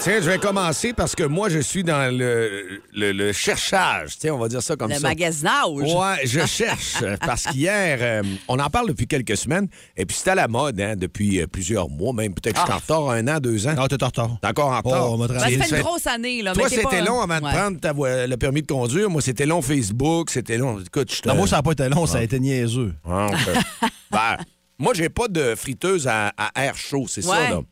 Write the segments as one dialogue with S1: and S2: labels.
S1: Tiens, je vais commencer parce que moi, je suis dans le, le, le cherchage. Tiens, on va dire ça comme
S2: Le
S1: ça.
S2: magasinage.
S1: Ouais, je cherche. euh, parce qu'hier, euh, on en parle depuis quelques semaines. Et puis, c'est à la mode, hein, depuis euh, plusieurs mois, même. Peut-être que je suis
S2: Ah.
S1: en retard un an, deux ans.
S3: Non, t'es en retard. Oh,
S1: T'es encore en retard.
S3: on m'a
S2: Ben,
S3: travaillé.
S2: ça
S1: C'est-
S2: fait une grosse année, là.
S1: Toi,
S2: mais t'es
S1: c'était
S2: pas- hein.
S1: long avant de
S2: Ouais.
S1: prendre ta voie- le permis de conduire. Moi, c'était long Facebook. C'était long. Écoute, je te.
S3: Non, moi, ça n'a pas été long, ça a été niaiseux.
S1: Ah, ok. Ben, moi, j'ai pas de friteuse à, à air chaud, c'est ça,
S2: Ouais.
S1: là.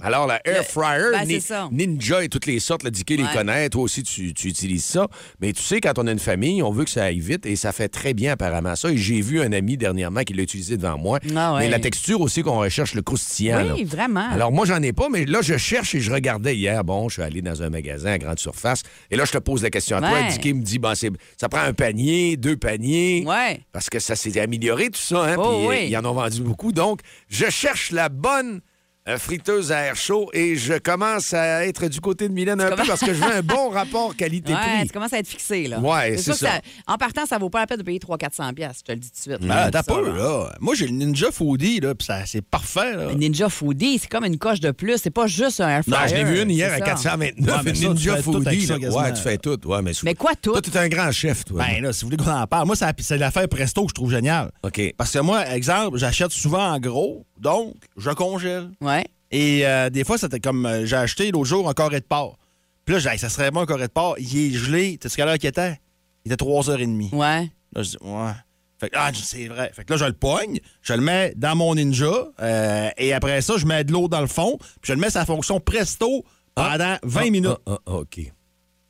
S1: Alors, la air fryer,
S2: ben,
S1: ni-
S2: c'est ça.
S1: Ninja et toutes les sortes, le Dicky les
S2: Ouais.
S1: connaît, toi aussi, tu, tu utilises ça. Mais tu sais, quand on a une famille, on veut que ça aille vite et ça fait très bien apparemment ça. Et j'ai vu un ami dernièrement qui l'a utilisé devant moi.
S2: Ah ouais.
S1: Mais la texture aussi qu'on recherche, le croustillant.
S2: Oui,
S1: là.
S2: vraiment.
S1: Alors, moi, j'en ai pas, mais là, je cherche et je regardais hier. Bon, je suis allé dans un magasin à grande surface. Et là, je te pose la question à toi.
S2: Ouais.
S1: Dicky me dit, bon, c'est- ça prend un panier, deux paniers.
S2: Ouais.
S1: Parce que ça s'est amélioré, tout ça. Hein?
S2: Oh,
S1: Puis, euh,
S2: oui.
S1: Ils en ont vendu beaucoup. Donc, je cherche la bonne euh, friteuse à air chaud et je commence à être du côté de Mylène un peu
S2: commences-
S1: parce que je veux un bon rapport
S2: Ouais,
S1: qualité-prix.
S2: tu commences à être fixé, là.
S1: Ouais,
S2: sûr
S1: c'est
S2: que
S1: ça.
S2: En partant, ça vaut pas la peine de payer 300-400$, piastres, je te le dis tout de suite.
S3: Ah,
S2: là,
S3: t'as
S2: ça,
S3: peur,
S2: là.
S3: là. Moi, j'ai le Ninja Foodie, là, puis ça, c'est parfait, là.
S2: Un Ninja Foodie, c'est comme une coche de plus. C'est pas juste un air
S1: non, je l'ai
S2: fryer,
S1: vu une hier
S2: c'est
S1: à
S2: ça.
S1: 429,
S3: Ouais, mais
S1: une
S3: ça, tu
S1: Ninja
S3: fais tout avec
S1: Foodie.
S3: ça,
S1: là.
S3: quasiment.
S1: Ouais, tu fais tout. Ouais, mais, je-
S2: Mais quoi, tout?
S1: Toi, t'es un grand chef, toi.
S3: Ben là, si vous voulez qu'on en parle, moi, ça- c'est l'affaire Presto que je trouve géniale.
S1: OK.
S3: Parce que moi, exemple, j'achète souvent en gros, donc je congèle.
S2: Ouais.
S3: Et euh, des fois, c'était comme euh, j'ai acheté l'autre jour un carré de porc. Puis là, j'ai dit, Hey, ça serait bon un carré de porc. Il est gelé. Tu sais quelle heure qu'il était? Il était 3h30.
S2: Ouais.
S3: Là, je dis, ouais. Fait que, ah, je dis, c'est vrai. Fait que là, je le pogne, je le mets dans mon Ninja, euh, et après ça, je mets de l'eau dans le fond, puis je le mets sa fonction presto pendant 20
S1: Ah,
S3: minutes.
S1: ah, ah, OK.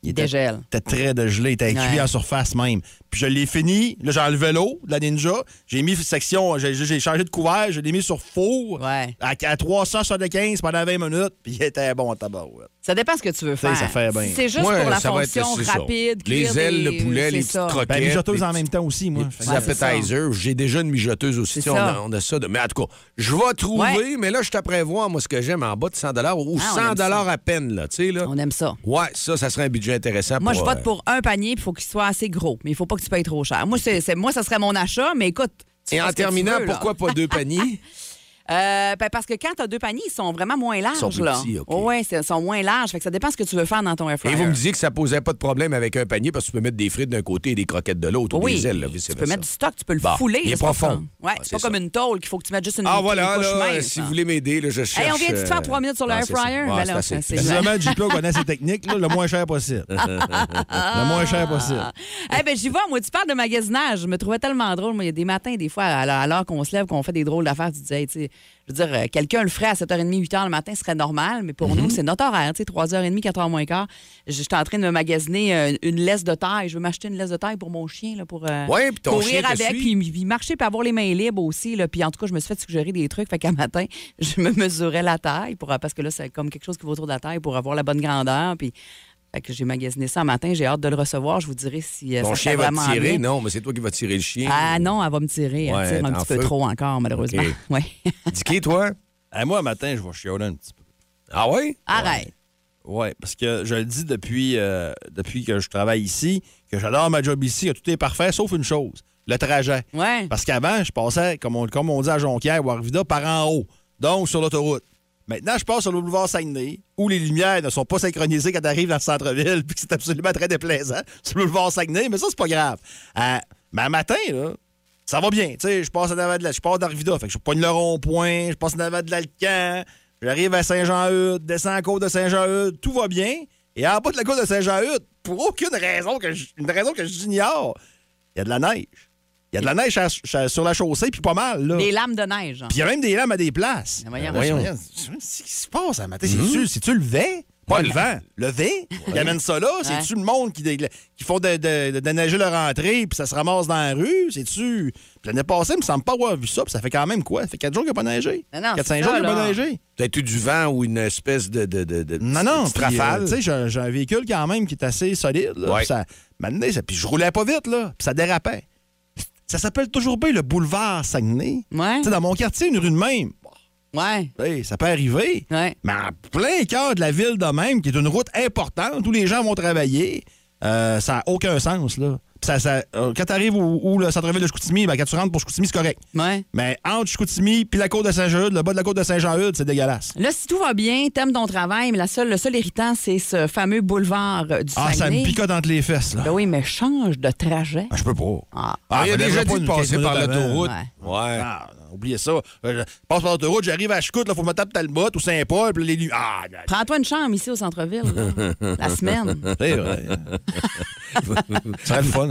S3: Il était,
S2: Dégèle.
S3: était très dégelé, il était cuit
S2: Ouais.
S3: en surface même. Puis je l'ai fini, là, j'ai enlevé l'eau de la Ninja, j'ai mis section, j'ai, j'ai changé de couvert, je l'ai mis sur four
S2: Ouais.
S3: à, à 375 pendant 20 minutes, puis il était bon à tabac.
S2: Ça dépend ce que tu veux
S3: sais,
S2: faire.
S3: ça fait bien.
S2: Si C'est juste
S1: Ouais,
S2: pour la
S1: ça va être-
S2: fonction
S1: c'est ça.
S2: rapide.
S1: Les
S2: cuire
S1: ailes,
S2: des-
S1: le poulet,
S2: c'est
S1: les petites
S2: ça.
S1: croquettes.
S3: Ben, mijoteuse
S1: les
S3: en même temps aussi, moi. Fait que-
S1: Des
S2: Ouais, c'est ça.
S1: appetizers. J'ai déjà une mijoteuse aussi.
S2: C'est
S1: On
S2: ça.
S1: a, on a ça. De... Mais en tout cas, je vais trouver,
S2: Ouais.
S1: mais là, je t'apprévois, moi, ce que j'aime en bas de 100 ou
S2: Ah, on
S1: 100
S2: aime ça.
S1: à peine, là. Tu sais, là.
S2: On aime ça.
S1: Ouais, ça, ça serait un budget intéressant
S2: Moi, je
S1: pour.
S2: vote
S1: euh,
S2: pour un panier, puis il faut qu'il soit assez gros. Mais il faut pas que tu payes trop cher. Moi, c'est, c'est- moi ça serait mon achat, mais écoute. tu
S1: Et
S2: fais
S1: en
S2: ce que tu
S1: terminant,
S2: veux, là.
S1: pourquoi pas deux paniers?
S2: Euh, ben, parce que quand tu as deux paniers, ils sont vraiment moins larges.
S1: sont plus
S2: là.
S1: petits, OK.
S2: ouais, c'est- ils sont moins larges. Fait que ça dépend ce que tu veux faire dans ton air fryer.
S1: Et vous me disiez que ça posait pas de problème avec un panier parce que tu peux mettre des frites d'un côté et des croquettes de l'autre ou
S2: oui,
S1: des ailes, là,
S2: tu
S1: vice-versa.
S2: peux mettre du stock, tu peux le
S1: Bon,
S2: fouler.
S1: il est
S2: là, c'est pas
S1: profond.
S2: comme- Ouais,
S1: Ah,
S2: c'est
S1: c'est
S2: pas comme
S1: ça.
S2: une tôle qu'il faut que tu mettes juste une
S1: Ah,
S2: une
S1: voilà,
S2: couche
S1: là,
S2: mince,
S1: si
S2: hein.
S1: vous voulez m'aider, là, je cherche.
S2: on vient de se faire
S1: euh,
S2: trois minutes sur le
S1: ah,
S2: air
S1: c'est ça.
S2: fryer?
S1: Ah,
S2: Ben
S1: c'est
S2: là,
S1: assez.
S2: ça, c'est-
S3: Visiblement, JP connaît ses techniques, là, le moins cher possible. le moins cher possible.
S2: Eh ben j'y vais. Moi, tu parles de magasinage. Je me trouvais tellement drôle. Moi, il y a des matins, des fois, à l'heure- à l'heure qu'on se lève, qu'on fait des drôles d'affaires, tu dis, hey, tu sais, je veux dire, euh, quelqu'un le ferait à 7h30, 8h le matin, ce serait normal, mais pour
S1: Mhm.
S2: nous, c'est notre horaire, tu sais, 3h30, 4h moins quart. Je je suis en train de me magasiner euh, une laisse de taille. Je veux m'acheter une laisse de taille pour mon chien, là, pour euh,
S1: Ouais, puis ton
S2: courir
S1: chien te
S2: avec,
S1: suit.
S2: puis, puis marcher, puis avoir les mains libres aussi, là. Puis en tout cas, je me suis fait suggérer des trucs. Fait qu'à matin, je me mesurais la taille, pour, euh, parce que là, c'est comme quelque chose qui va autour de la taille pour avoir la bonne grandeur, puis. Fait que j'ai magasiné ça un matin, j'ai hâte de le recevoir. Je vous dirai si euh,
S1: Ton
S2: ça
S1: chien
S2: fait
S1: va
S2: vraiment
S1: te tirer?
S2: bien.
S1: Non, mais c'est toi qui vas tirer le chien.
S2: Ah non, elle va me tirer. Elle
S1: Ouais,
S2: tire un
S1: en
S2: petit peu
S1: feu.
S2: trop encore, malheureusement.
S1: OK.
S2: Ouais.
S1: Dicky, toi?
S3: Eh, moi, un matin, je vais chialer un petit peu.
S1: Ah ouais?
S2: Arrête.
S3: Ouais, parce que je le dis depuis, euh, depuis que je travaille ici, que j'adore ma job ici, que tout est parfait, sauf une chose, le trajet.
S2: Ouais.
S3: Parce qu'avant, je passais, comme on, comme on dit à Jonquière ou à Arvida, par en haut, donc sur l'autoroute. Maintenant, je passe sur le boulevard Saguenay, où les lumières ne sont pas synchronisées quand tu arrives dans le centre-ville, puis que c'est absolument très déplaisant. Sur le boulevard Saguenay, mais ça, c'est pas grave. Euh, mais un matin, là, ça va bien. Tu sais, je passe en avant de la, je passe d'Arvida, fait que je pogne le rond-point, je passe en avant de l'Alcan, j'arrive à Saint-Jean-Eudes, descends à côte de Saint-Jean-Eudes, tout va bien. Et en bas de la côte de Saint-Jean-Eudes, pour aucune raison que j- une raison que j'ignore, il y a de la neige. Il y a de la neige à- à- sur la chaussée, puis pas mal,
S1: Oh.
S3: là.
S2: Des lames de neige. hein. genre.
S3: Puis il y a même des lames à des places.
S2: Mais voyons.
S3: Euh, Qu'est-ce qui se passe à matin? C'est-tu- C'est-tu le vent? Pas Hmm? le vent. Le vent? Il amène ça là? C'est-tu le monde qui, dégla- qui font de, de, de- déneiger leur entrée puis ça se ramasse dans la rue? C'est-tu. Puis L'année passée, il me semble pas avoir vu ça. Puis ça fait quand même quoi? Ça fait 4 jours qu'il n'y a pas neigé.
S2: Non, non,
S3: 4-5
S2: c'est
S3: jours
S2: ça,
S3: qu'il n'y a pas
S2: là.
S3: neigé.
S1: T'as-tu du vent ou une espèce de. de, de, de
S3: Non, non,
S1: petite
S3: puis,
S1: rafale?
S3: euh, Tu sais, j'ai un- j'ai un véhicule quand même qui est assez solide. Là,
S1: Ouais.
S3: puis ça, maintenant, ça, puis je roulais pas vite, là, puis ça dérapait. Ça s'appelle toujours bien le boulevard Saguenay.
S2: Ouais.
S3: Tu sais, dans mon quartier, une rue de même.
S2: Ouais.
S3: Hey, ça peut arriver.
S2: Ouais.
S3: Mais en plein cœur de la ville de même, qui est une route importante où les gens vont travailler, euh, ça n'a aucun sens. Là. Puis Ça, ça- euh, quand tu arrives où, où le centre-ville de Chicoutimi, ben, quand tu rentres pour Chicoutimi, c'est correct.
S2: Ouais.
S3: Mais entre Chicoutimi puis la côte de Saint-Jean-Hude, le bas de la côte de Saint-Jean-Hude, c'est dégueulasse.
S2: Là, si tout va bien, t'aimes ton travail, mais la seule, le seul irritant, c'est ce fameux boulevard euh, du
S3: Ah, ça
S2: Saguenay.
S3: me picote entre les fesses. Là.
S2: Ben oui, mais change de trajet.
S3: Ah, je peux pas.
S2: Ah.
S1: Ah, il a
S3: ben, devrait
S1: déjà
S3: pas
S1: dit
S3: une
S1: de passer
S3: 15
S1: par
S3: minutes avant.
S1: l'autoroute.
S2: Ouais.
S1: Ouais.
S3: Ah, oubliez ça. Euh, Je passe par l'autoroute, j'arrive à Chicout, il faut que je me tape Talbot ou Saint-Paul, puis les lu- Ah, ben,
S2: Prends-toi une chambre ici au centre-ville, là, la semaine.
S3: c'est vrai. ça serait le fun, on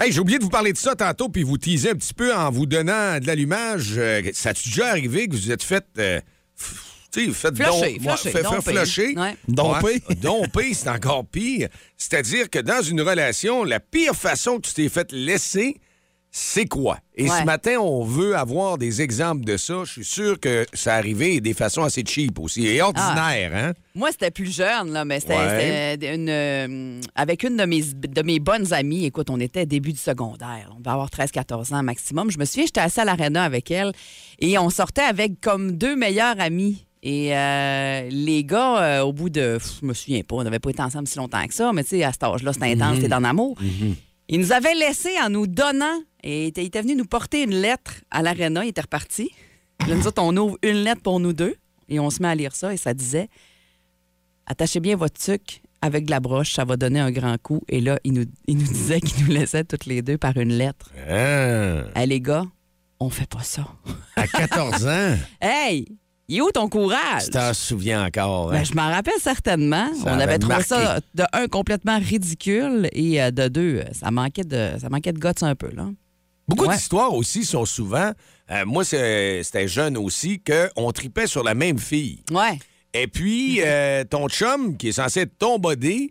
S1: Hey, j'ai oublié de vous parler de ça tantôt, puis vous teaser un petit peu en vous donnant de l'allumage. Euh, ça a-tu déjà arrivé que vous êtes fait. euh, f- tu sais, faites
S2: Flusher,
S1: don- moi,
S2: flusher,
S1: fait- fait
S2: domper.
S1: flusher.
S2: Ouais.
S3: Domper.
S1: Ouais, Euh, domper, c'est encore pire. C'est-à-dire que dans une relation, la pire façon que tu t'es fait laisser, c'est quoi? Et
S2: Ouais.
S1: ce matin, on veut avoir des exemples de ça. Je suis sûr que ça arrivait de façons assez cheap aussi
S2: Ah.
S1: et ordinaires. Hein?
S2: Moi, c'était plus jeune, là, mais c'était
S1: Ouais.
S2: c'était une, euh, avec une de mes, de mes bonnes amies. Écoute, on était début du secondaire. On devait avoir 13-14 ans maximum. Je me souviens, j'étais assis à l'aréna avec elle et on sortait avec comme deux meilleurs amis. Et euh, les gars, euh, au bout de. pff, je me souviens pas, on n'avait pas été ensemble si longtemps que ça, mais tu sais, à cet âge-là, c'était intense, c'était dans l'amour. Ils nous avaient laissés en nous donnant et il était, il était venu nous porter une lettre à l'aréna. Il était reparti. Là, nous autres, on ouvre une lettre pour nous deux et on se met à lire ça et ça disait attachez bien votre tuc avec de la broche, ça va donner un grand coup. Et là, il nous, il nous disait qu'il nous laissait toutes les deux par une lettre.
S1: Hein?
S2: Hey, les gars, on fait pas ça.
S1: À 14 ans,
S2: Hey, il est où ton courage?
S1: tu t'en souviens encore. hein?
S2: Ben, je m'en rappelle certainement.
S1: Ça
S2: on avait
S1: avait
S2: trouvé
S1: marqué.
S2: ça, de un, complètement ridicule et euh, de deux, euh, ça manquait de, ça manquait de guts un peu. Là.
S1: Beaucoup
S2: Ouais.
S1: d'histoires aussi sont souvent, euh, moi c'est- c'était jeune aussi, qu'on tripait sur la même fille.
S2: Ouais.
S1: Et puis, euh, ton chum, qui est censé être ton body,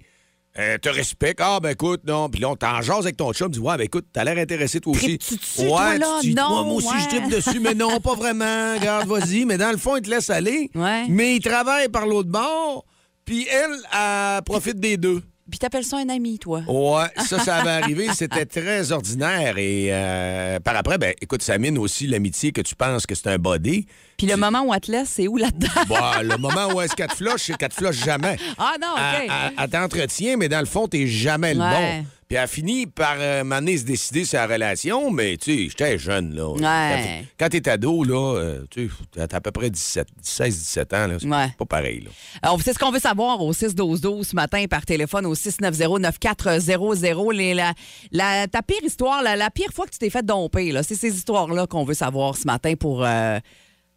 S1: euh, te respecte. Ah, ben écoute, non. Puis là, on t'en jase avec ton chum. Tu dis, ouais, ben écoute, t'as l'air intéressé toi aussi.
S2: Tripes-tu dessus,
S1: ouais,
S2: toi, là?
S1: tu dis,
S2: Non,
S1: Ouais, moi aussi,
S2: ouais.
S1: je tripe dessus, mais non, pas vraiment. Regarde, vas-y. Mais dans le fond, il te laisse aller.
S2: Ouais.
S1: Mais il travaille par l'autre bord. Puis elle, elle profite des deux.
S2: Puis t'appelles ça un ami, toi?
S1: Ouais, ça, ça avait arrivé. C'était très ordinaire. Et euh, par après, ben, écoute, ça mine aussi l'amitié que tu penses que c'est un body.
S2: Puis le moment où elle te laisse, c'est où là-dedans?
S1: Bah, le moment où est-ce qu'elle te flush, c'est qu'elle te flush jamais.
S2: Ah non,
S1: Elle-
S2: OK.
S1: Elle elle t'entretient, mais dans le fond, t'es jamais le
S2: Ouais.
S1: bon. Puis elle finit par euh, m'amener se décider sa relation, mais tu sais, j'étais jeune, là.
S2: Ouais.
S1: Quand t'es ado, là, euh, tu sais, t'as t'as à peu près 17, 16, 17 ans, là. C'est
S2: Ouais.
S1: pas pareil, là.
S2: Alors, Euh, c'est ce qu'on veut savoir au 6-12-12 ce matin par téléphone au 690-9400. Les- La, la- ta pire histoire, la, la pire fois que tu t'es fait domper, là, c'est ces histoires-là qu'on veut savoir ce matin pour, euh,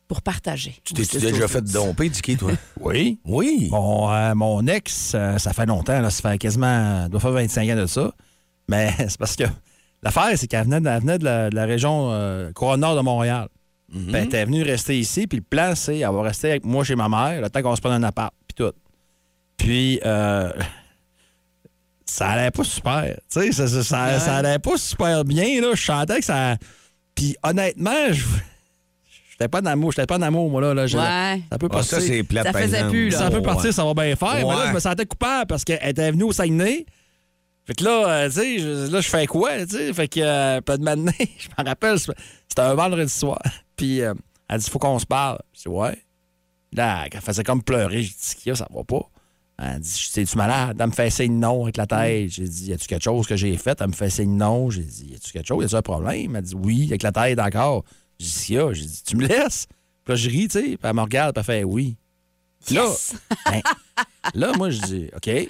S2: pour partager.
S1: Tu t'es déjà fait domper, Dicky, toi?
S3: Oui.
S1: oui.
S3: Mon, euh, mon ex, euh, ça fait longtemps, là, ça fait quasiment, doit faire 25 ans de ça. Mais c'est parce que l'affaire, c'est qu'elle venait, de- elle venait de, la, de la région euh, Couronne-Nord de Montréal. Puis elle était venue rester ici, puis le plan, c'est elle va rester avec moi chez ma mère, le temps qu'on se prenne un appart, puis tout. Puis euh, ça allait pas super. Tu sais, ça, ça, ça- ça allait pas super bien, là. Je sentais que ça. Puis honnêtement, je. J'étais pas en amour, j'étais pas en amour, moi, là. là Je-
S2: Ouais.
S3: Ça peut
S1: Ah, ça,
S3: partir.
S1: c'est plate,
S2: Ça
S1: par
S2: faisait
S1: exemple.
S2: plus, là.
S3: Ça peut partir, ça va bien faire. Mais là,
S1: Ouais.
S3: je me sentais coupable parce qu'elle était venue au Saguenay. Fait que là, euh, tu sais, je- là, je fais quoi, tu sais? Fait que, euh, pas de matin, je m'en rappelle, c'est- c'était un vendredi soir. Puis, euh, elle dit, faut qu'on se parle. Je dis, ouais. Là, elle faisait comme pleurer. J'ai dit, ce qu'il y a, ça va pas. Elle dit, t'es-tu malade? Elle me fait signe non avec la tête. J'ai dit, y a-tu quelque chose que j'ai fait? Elle me fait signe non. J'ai dit, y a-tu quelque chose? Y a-tu un problème? Elle dit, oui, avec la tête encore. J'ai dit, ce qu'il y a? J'ai dit, tu me laisses? Puis là, je ris, tu sais. Puis elle me regarde, puis elle fait, oui. Là, ben, là, moi, je dis, OK. Puis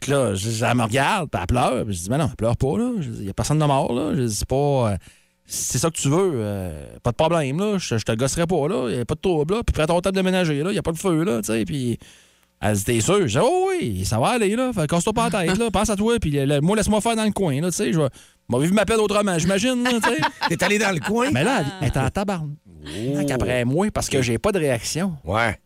S3: que là, je- elle me regarde, puis elle pleure. Puis je dis, mais non, elle pleure pas, là. Il y a personne de mort, là. Je dis, c'est pas. euh, c'est ça que tu veux, euh, pas de problème, là. Je, je te gosserai pas, là. Il a pas de trouble, là. Puis prends ton table de ménager, là. Il a pas de feu, là, tu sais. Puis. Elle dit, t'es sûr? Je dis, oh oui, ça va aller, là. Fait casse-toi pas la tête, là. Pense à toi, puis le- le- moi, laisse-moi faire dans le coin, là, tu sais. Je vais je vais vivre ma peine autrement, j'imagine, là, tu sais.
S1: T'es allé dans le coin?
S3: Mais là, elle, elle est en tabarne. Après moi, parce que j'ai pas de réaction.
S1: Ouais.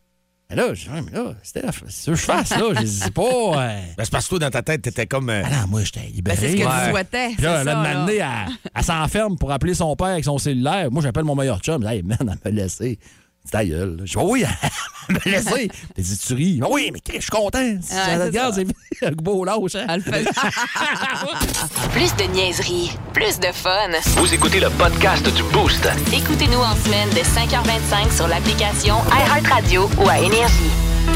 S3: Mais là, je, mais là c'était la- c'est ce que je fasse, là. Je dis pas. euh,
S1: Ben, c'est parce que toi, dans ta tête, t'étais comme. euh,
S3: Ah non, moi, j'étais libéré.
S2: Ben, c'est ce que tu
S3: Ouais.
S2: souhaitais,
S3: Puis Là, là,
S2: c'est ça,
S3: de hein.
S2: là.
S3: m'amener à, à s'enferme pour appeler son père avec son cellulaire. Moi, j'appelle mon meilleur chum. Hey, man, elle me laisser. C'est ta gueule. là. Je dis, oui, elle me laisser. Elle dit, tu ris. Oui, mais Chris, je suis content. Si
S2: Ouais,
S3: je
S2: c'est
S3: regarde,
S2: ça.
S3: c'est un beau lâche. hein.
S2: Elle le fait.
S4: Plus de niaiserie, plus de fun.
S5: Vous écoutez le podcast du Boost.
S4: Écoutez-nous en semaine de 5h25 sur l'application iHeartRadio ou à Énergie.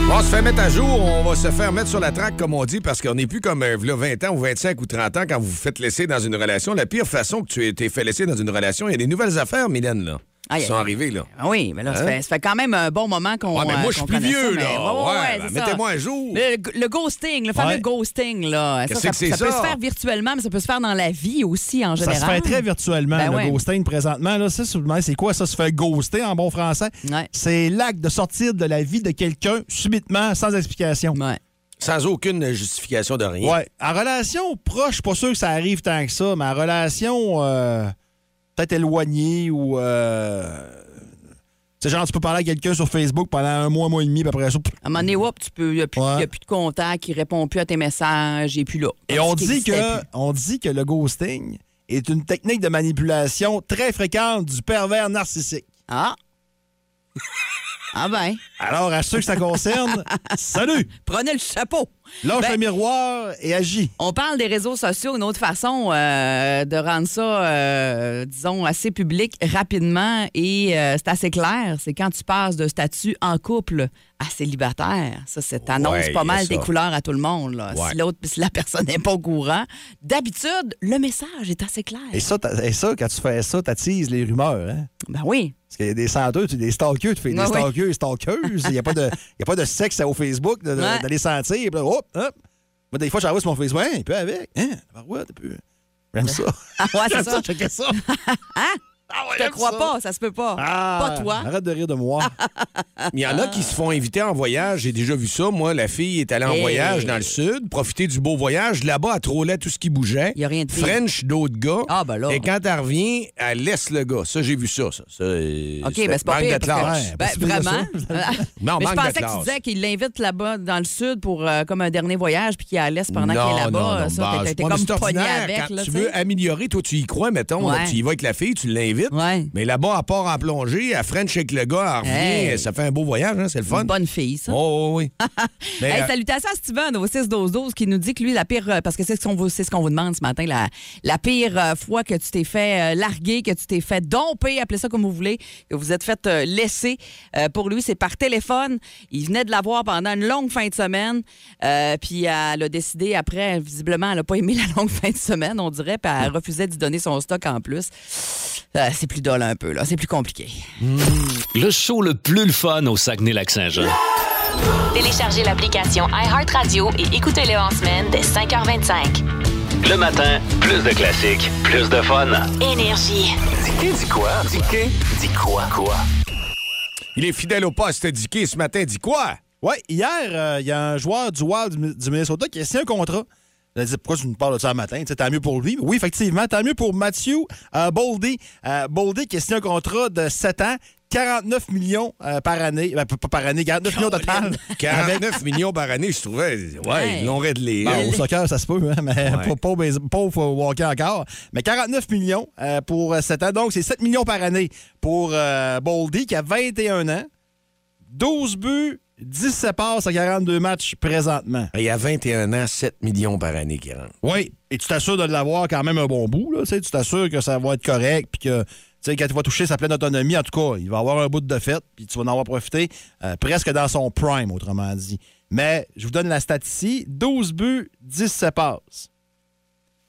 S1: On se fait mettre à jour, on va se faire mettre sur la traque, comme on dit, parce qu'on n'est plus comme euh, v'là 20 ans ou 25 ou 30 ans quand vous vous faites laisser dans une relation. La pire façon que tu aies- t'es fait laisser dans une relation, il y a des nouvelles affaires, Mylène, là,
S2: Aïe,
S1: qui sont
S2: aïe.
S1: arrivées, là.
S2: Ah Oui, mais là,
S1: Hein?
S2: ça, fait, ça fait quand même un bon moment qu'on.
S1: Ouais, mais moi,
S2: euh,
S1: je suis
S2: qu'on
S1: plus
S2: connaît ça,
S1: vieux,
S2: mais-
S1: là.
S2: Ouais, ouais,
S1: Ouais, ben,
S2: c'est ça.
S1: mettez-moi à jour.
S2: Le, le ghosting, le fameux
S3: Ouais.
S2: ghosting, là. Ça,
S1: Qu'est-ce
S2: ça,
S1: que c'est
S2: ça peut
S1: ça?
S2: se faire virtuellement, mais ça peut se faire dans la vie aussi, en
S3: Ça
S2: général.
S3: se fait très virtuellement,
S2: Ben
S3: le
S2: ouais.
S3: ghosting présentement. Là, ça, c'est c'est quoi ça, se faire ghoster en bon français?
S2: Ouais.
S3: C'est l'acte de sortir de la vie de quelqu'un subitement, sans explication.
S2: Ouais.
S1: Sans aucune justification de rien.
S3: Ouais. En relation proche, je suis pas sûr que ça arrive tant que ça, mais en relation euh, peut-être éloignée ou. euh, tu sais, genre, tu peux parler à quelqu'un sur Facebook pendant un mois, un mois et demi, puis après ça. pff,
S2: À un moment donné, hop, tu peux. Il n'y a, plus-
S3: Ouais.
S2: y a plus de contact, il répond plus à tes messages, il est plus là.
S3: Et on
S2: Parce qu'il
S3: dit,
S2: existait
S3: que, on dit que le ghosting est une technique de manipulation très fréquente du pervers narcissique.
S2: Ah! ah ben,
S3: Alors, à ceux que ça concerne, salut!
S2: prenez le chapeau.
S3: Lâche
S2: Ben-
S3: le miroir et agis.
S2: On parle des réseaux sociaux, une autre façon euh, de rendre ça, euh, disons, assez public rapidement et euh, c'est assez clair. C'est quand tu passes de statut en couple à célibataire. Ça, c'est annonce
S1: Ouais,
S2: pas
S1: y a
S2: mal
S1: ça.
S2: des couleurs à tout le monde. là.
S1: Ouais.
S2: Si l'autre, si la personne n'est pas au courant, d'habitude, le message est assez clair.
S3: Et ça, t'as- et ça quand tu fais ça, t'attises les rumeurs. Hein?
S2: Ben oui.
S3: Parce qu'il y a des senteurs, tu des stalkers, tu fais des
S2: Ouais, ouais.
S3: stalkers, stalkeuses. Il n'y a, pas de- il y a pas de sexe au Facebook, de, de-
S2: Ouais.
S3: de les sentir. Puis là, hop, hop. Moi, des fois, j'arrive sur mon Facebook, hein, puis avec. Hein, ouais, t'es plus. J'aime ça.
S2: Ah ouais, c'est
S3: J'aime ça,
S2: ça. Hein?
S3: checker ça. Ah ouais,
S2: Je te
S3: j'aime
S2: crois
S3: ça.
S2: pas, ça se peut pas.
S3: Ah,
S2: pas toi.
S3: Arrête de rire de moi.
S1: Il y en a qui se font inviter en voyage. J'ai déjà vu ça. Moi, la fille est allée en
S2: Hey.
S1: voyage dans le sud, profiter du beau voyage. Là-bas, elle trollait tout ce qui bougeait.
S2: Y a rien de pire.
S1: French d'autres gars.
S2: Ah, ben là.
S1: Et quand elle revient, elle laisse le gars. Ça, j'ai vu ça. ça. Ça, euh,
S2: OK,
S1: c'était-
S2: ben c'est pas
S1: manque
S2: pire.
S1: de
S2: parce que-
S1: classe.
S3: Ouais,
S2: ben,
S3: parce que
S2: vraiment.
S1: Non,
S2: mais
S1: manque de
S2: je pensais que tu
S1: classe.
S2: disais qu'il l'invite là-bas dans le sud pour euh, comme un dernier voyage puis qu'il la laisse pendant
S1: Non,
S2: qu'il
S1: non,
S2: est là-bas.
S1: non,
S2: Ça,
S1: bah,
S2: t'as-
S1: c'est
S2: t'es
S1: pas- mais c'est
S2: comme pogné
S1: ordinaire.
S2: avec.
S1: Quand
S2: là,
S1: tu
S2: tu sais.
S1: veux améliorer, toi, tu y crois, mettons. là,
S2: Ouais.
S1: tu y vas avec la fille, tu l'invites.
S2: Ouais.
S1: Mais là-bas, à part en plongée, à French avec le gars, elle revient.
S2: Hey.
S1: Ça fait un beau voyage, hein, c'est le fun.
S2: Une bonne fille, ça.
S1: Oh, oui, oui. Mais,
S2: Hey,
S1: euh,
S2: salutations à Steven au 6-12-12 qui nous dit que lui, la pire, euh, parce que c'est ce qu'on vous, c'est ce qu'on vous demande ce matin, la, la pire euh, fois que tu t'es fait euh, larguer, que tu t'es fait domper, appelez ça comme vous voulez, que vous êtes fait euh, laisser. Euh, pour lui, c'est par téléphone. Il venait de la voir pendant une longue fin de semaine, euh, puis elle a décidé après, visiblement, elle n'a pas aimé la longue fin de semaine, on dirait, puis elle refusait d'y donner son stock en plus. Euh, c'est plus dole un peu, là. C'est plus compliqué.
S5: Le show le plus le fun au Saguenay-Lac-Saint-Jean.
S4: Téléchargez l'application iHeartRadio et écoutez-le en semaine dès 5h25.
S5: Le matin, plus de classiques, plus de fun.
S4: Énergie.
S5: Dis dis quoi? Dis dis quoi? Quoi?
S1: il est fidèle au poste, Dicky, ce matin. Dit quoi?
S3: Oui, hier, euh, il y a un joueur du Wild du Mi- du Minnesota qui a signé un contrat. Il a dit Pourquoi tu nous parles de ça le matin Tu sais, Tant mieux pour lui. Oui, effectivement, tant mieux pour Matthew euh, Boldy. Euh, Boldy qui a signé un contrat de 7 ans, 49 millions euh, par année. Ben, p- pas par année, 49 millions total.
S1: 49 millions par année, je trouvais. Ouais,
S2: Ouais.
S1: ils l'ont réglé.
S3: Bon, au soccer, ça se peut, hein, mais pas, pas, au base- pas au hockey encore. Mais 49 millions euh, pour 7 ans. Donc, c'est 7 millions par année pour euh, Boldy, qui a 21 ans. 12 buts, 17 passes à 42 matchs présentement.
S1: Il y a 21 ans, 7 millions par année qui rentrent.
S3: Oui, et tu t'assures de l'avoir quand même un bon bout. Là, tu sais, tu t'assures que ça va être correct, puis que tu sais, quand il va toucher sa pleine autonomie, en tout cas, il va avoir un bout de fête, puis tu vas en avoir profité euh, presque dans son prime, autrement dit. Mais je vous donne la stat ici 12 buts, 17 passes.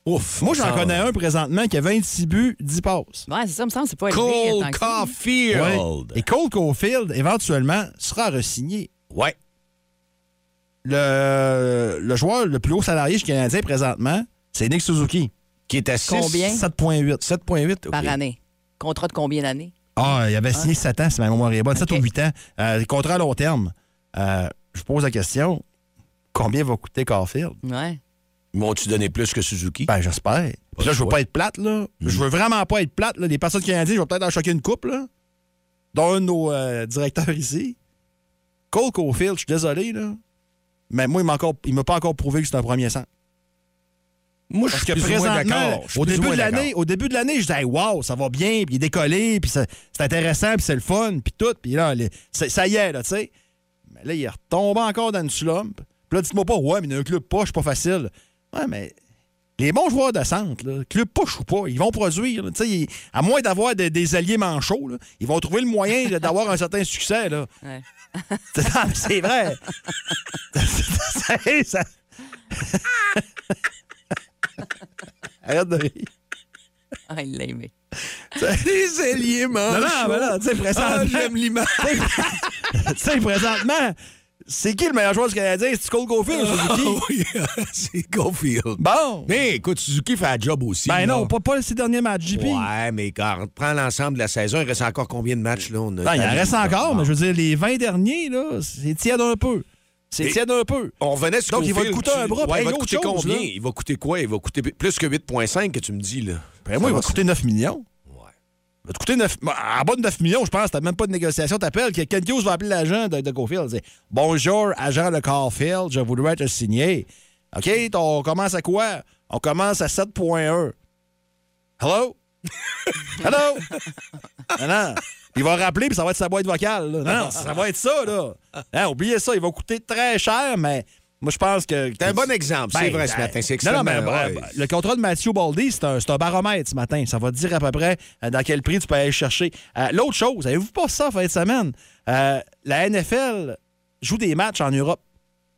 S1: Ouf.
S3: Moi, j'en connais un présentement qui a 26 buts, 10 passes.
S2: Ouais, c'est ça, me semble, c'est pas élevé.
S1: Cole
S2: tant que ça.
S1: Caulfield.
S3: Ouais. Et Cole Caulfield, éventuellement, sera re-signé.
S1: Ouais.
S3: Le, le joueur le plus haut salarié chez Canadien présentement, c'est Nick Suzuki.
S1: Qui est à 6.
S2: Combien?
S3: 7,8.
S1: 7,8. ok.
S2: Par année. Contrat de combien d'années?
S3: Ah, il avait signé 7 ans, si ma mémoire est bonne. 7
S2: Ok.
S3: ou 8 ans. Euh, contrat à long terme. Euh, je pose la question combien va coûter Carfield?
S2: Ouais.
S1: Ils M'ont-tu donné plus que Suzuki?
S3: Ben, j'espère. Puis là, je veux pas Mm. être plate, là. Je veux vraiment pas être plate, là. Les personnes canadiennes, je vais peut-être en choquer une couple, là. Dont un de nos euh, directeurs ici. Cole Caulfield, je suis désolé, là, mais moi, il m'a encore- il m'a pas encore prouvé que c'est un premier centre.
S1: Moi, je
S3: Parce
S1: suis
S3: que
S1: plus ou moins
S3: présentement,
S1: d'accord. Je suis
S3: au
S1: plus ou
S3: début,
S1: moins
S3: de l'année,
S1: d'accord.
S3: au début de l'année, je disais, waouh, ça va bien, puis il est décollé, puis ça- c'est intéressant, puis c'est le fun, puis tout, puis là, les- ça ça y est, là, tu sais. Mais là, il est retombé encore dans une slump. Puis là, dites-moi pas, ouais, mais il y a un club poche, pas facile. Ouais, mais les bons joueurs de centre, là, club poche ou pas, ils vont produire. là. Tu sais, ils- à moins d'avoir des, des alliés manchots, là, ils vont trouver le moyen là, d'avoir un certain succès, là.
S2: Ouais.
S3: Ah, mais c'est vrai. ça, ça- ça- Arrête de rire.
S2: Ah, il l'a aimé.
S1: Des alliés
S3: Non, non,
S1: manchots.
S3: mais là, tu sais,
S1: Ah,
S3: présentement.
S1: j'aime l'image.
S3: tu sais, présentement, c'est qui le meilleur joueur du Canadien? C'est-tu Cole Caulfield ou Suzuki?
S1: Ah oui, c'est Caulfield.
S3: Bon!
S1: Mais écoute, Suzuki fait un job aussi.
S3: Ben non,
S1: là.
S3: pas, pas ces derniers matchs, JP.
S1: Ouais, mais quand on prend l'ensemble de la saison, il reste encore combien de matchs, là? On a
S3: Non, Ben, il en
S1: établi-
S3: reste encore,
S1: Bon.
S3: mais je veux dire, les 20 derniers, là, c'est tiède un peu. C'est
S1: Et-
S3: tiède un peu.
S1: On revenait sur
S3: Donc, il va te
S1: Caulfield,
S3: coûter un bras,
S1: Ouais,
S3: pareil,
S1: il va te
S3: autre
S1: coûter
S3: chose,
S1: combien?
S3: là.
S1: Il va coûter quoi? Il va coûter plus que 8,5 que tu me dis, là.
S3: Ben moi,
S1: Ça
S3: il va
S1: va
S3: te coûter 9 millions.
S1: Ouais.
S3: Il va te coûter 9... En bas de 9 millions, je pense. T'as même pas de négociation. T'appelles que Ken Hughes va appeler l'agent de, de Caulfield. Dire, Bonjour, agent de Caulfield, je voudrais te signer. OK, t- on commence à quoi? On commence à 7.1. Hello? Hello? non, non. Il va rappeler, puis ça va être sa boîte vocale. là. Non, non, ça va être ça, là. Hein, oubliez ça, il va coûter très cher, mais moi, je pense que...
S1: T'as un bon exemple, c'est
S3: Ben,
S1: vrai, ce
S3: ben,
S1: matin. C'est
S3: non,
S1: extrêmement...
S3: non, mais
S1: ouais.
S3: ben, ben, le contrat de Mathieu Baldy, c'est un, c'est un baromètre ce matin. Ça va te dire à peu près euh, dans quel prix tu peux aller chercher. Euh, L'autre chose, avez-vous pas ça fin de semaine? Euh, la NFL joue des matchs en Europe.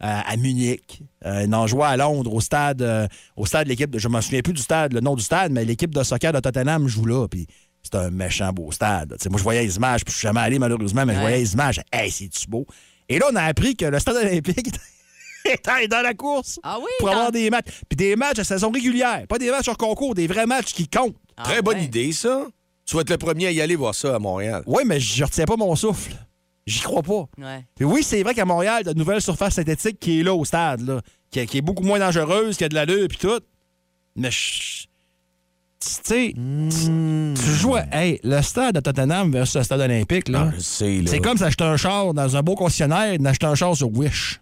S3: euh, à Munich. Euh, ils en jouaient à Londres, au stade, euh, au stade de l'équipe. de- Je ne me souviens plus du stade, le nom du stade, mais l'équipe de soccer de Tottenham joue là. Puis c'est un méchant beau stade. Tu sais, moi, je voyais les images, puis je suis jamais allé malheureusement, mais je
S2: Ouais.
S3: voyais les images. Hey, c'est-tu beau? Et là, on a appris que le stade olympique était dans la course
S2: Ah oui?
S3: pour
S2: dans-
S3: avoir des matchs. Puis des matchs à saison régulière, pas des matchs hors concours, des vrais matchs qui comptent.
S2: Ah
S1: Très bonne
S2: ouais.
S1: idée, ça. Tu vas être le premier à y aller voir ça à Montréal.
S3: Oui, mais je retiens pas mon souffle. J'y crois pas.
S2: Ouais.
S3: Puis oui, c'est vrai qu'à Montréal, il y a une nouvelle surface synthétique qui est là au stade, là, qui, qui est beaucoup moins dangereuse, qui a de l'allure puis tout. Mais je- tu sais,
S2: Hmm.
S3: tu- tu joues à- hey, le stade de Tottenham versus le stade olympique, là.
S1: Ah, je sais, là.
S3: c'est comme s'acheter un char dans un beau concessionnaire et d'acheter un char sur Wish.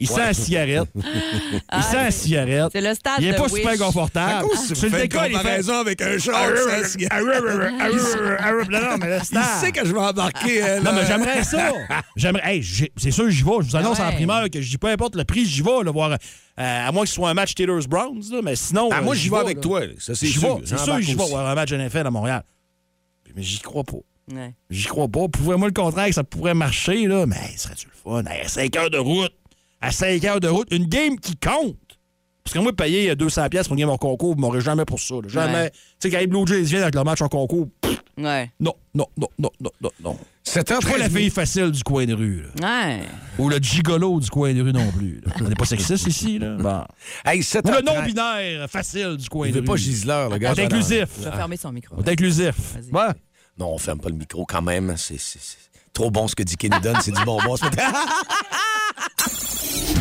S3: Il sent la cigarette. Il sent la cigarette.
S2: Ah, C'est le stade
S3: Il est
S2: de
S3: pas
S2: Wish.
S3: super confortable.
S1: Tu
S3: Ah, le
S1: fais une
S3: décolles, il fait- Ah,
S1: comparaison avec un char sans cigarette.
S3: Non, non, mais le
S1: Il
S3: stade.
S1: sait que je vais embarquer.
S3: Ah.
S1: euh,
S3: Non,
S1: là.
S3: mais j'aimerais ça. J'aimerais. Hey, j'ai- c'est sûr, j'y vais. Je vous annonce
S2: Ah ouais.
S3: en primeur que je dis peu importe le prix, j'y vais. Là, voir, euh, à moins que ce soit un match Taylor's-Browns, là, mais sinon.
S1: Ah,
S3: euh,
S1: moi, j'y vais avec
S3: là.
S1: toi. là. Ça, c'est
S3: J'y
S1: sûr.
S3: vais. C'est sûr,
S1: J'embarque
S3: j'y vais
S1: aussi.
S3: voir un match NFL à Montréal. Mais j'y crois pas.
S2: Ouais.
S3: J'y crois pas. Pouvez-moi le contraire que ça pourrait marcher, là. Mais hey, serait-tu le fun? Hey, à 5 heures de route. À 5 heures de route, une game qui compte. Parce que moi, payer euh, 200$ piastres pour une game en concours, vous m'aurez jamais pour ça. là. Jamais.
S2: Ouais.
S3: Tu sais, quand les Blue Jays viennent avec leur match en concours, pff,
S2: Ouais.
S3: non, non, non, non, non, non, non.
S1: C'est un
S3: Pas la fille facile du coin de rue, là.
S2: Ouais.
S3: Ou le gigolo du coin de rue non plus. là. On n'est pas sexiste ici, là. Bon.
S1: Hey, 7
S3: Ou le
S1: h 30.
S3: non-binaire facile du coin
S1: Il
S3: de
S1: veut
S3: rue.
S1: pas Gisler, le
S3: On
S1: gars.
S3: est inclusif.
S2: Je vais fermer son micro.
S3: On est inclusif.
S2: Vas-y.
S3: Ouais.
S1: Non, on ferme pas le micro quand même. C'est c'est- c'est trop bon ce que Dicky nous donne. C'est du bonbon. ce matin.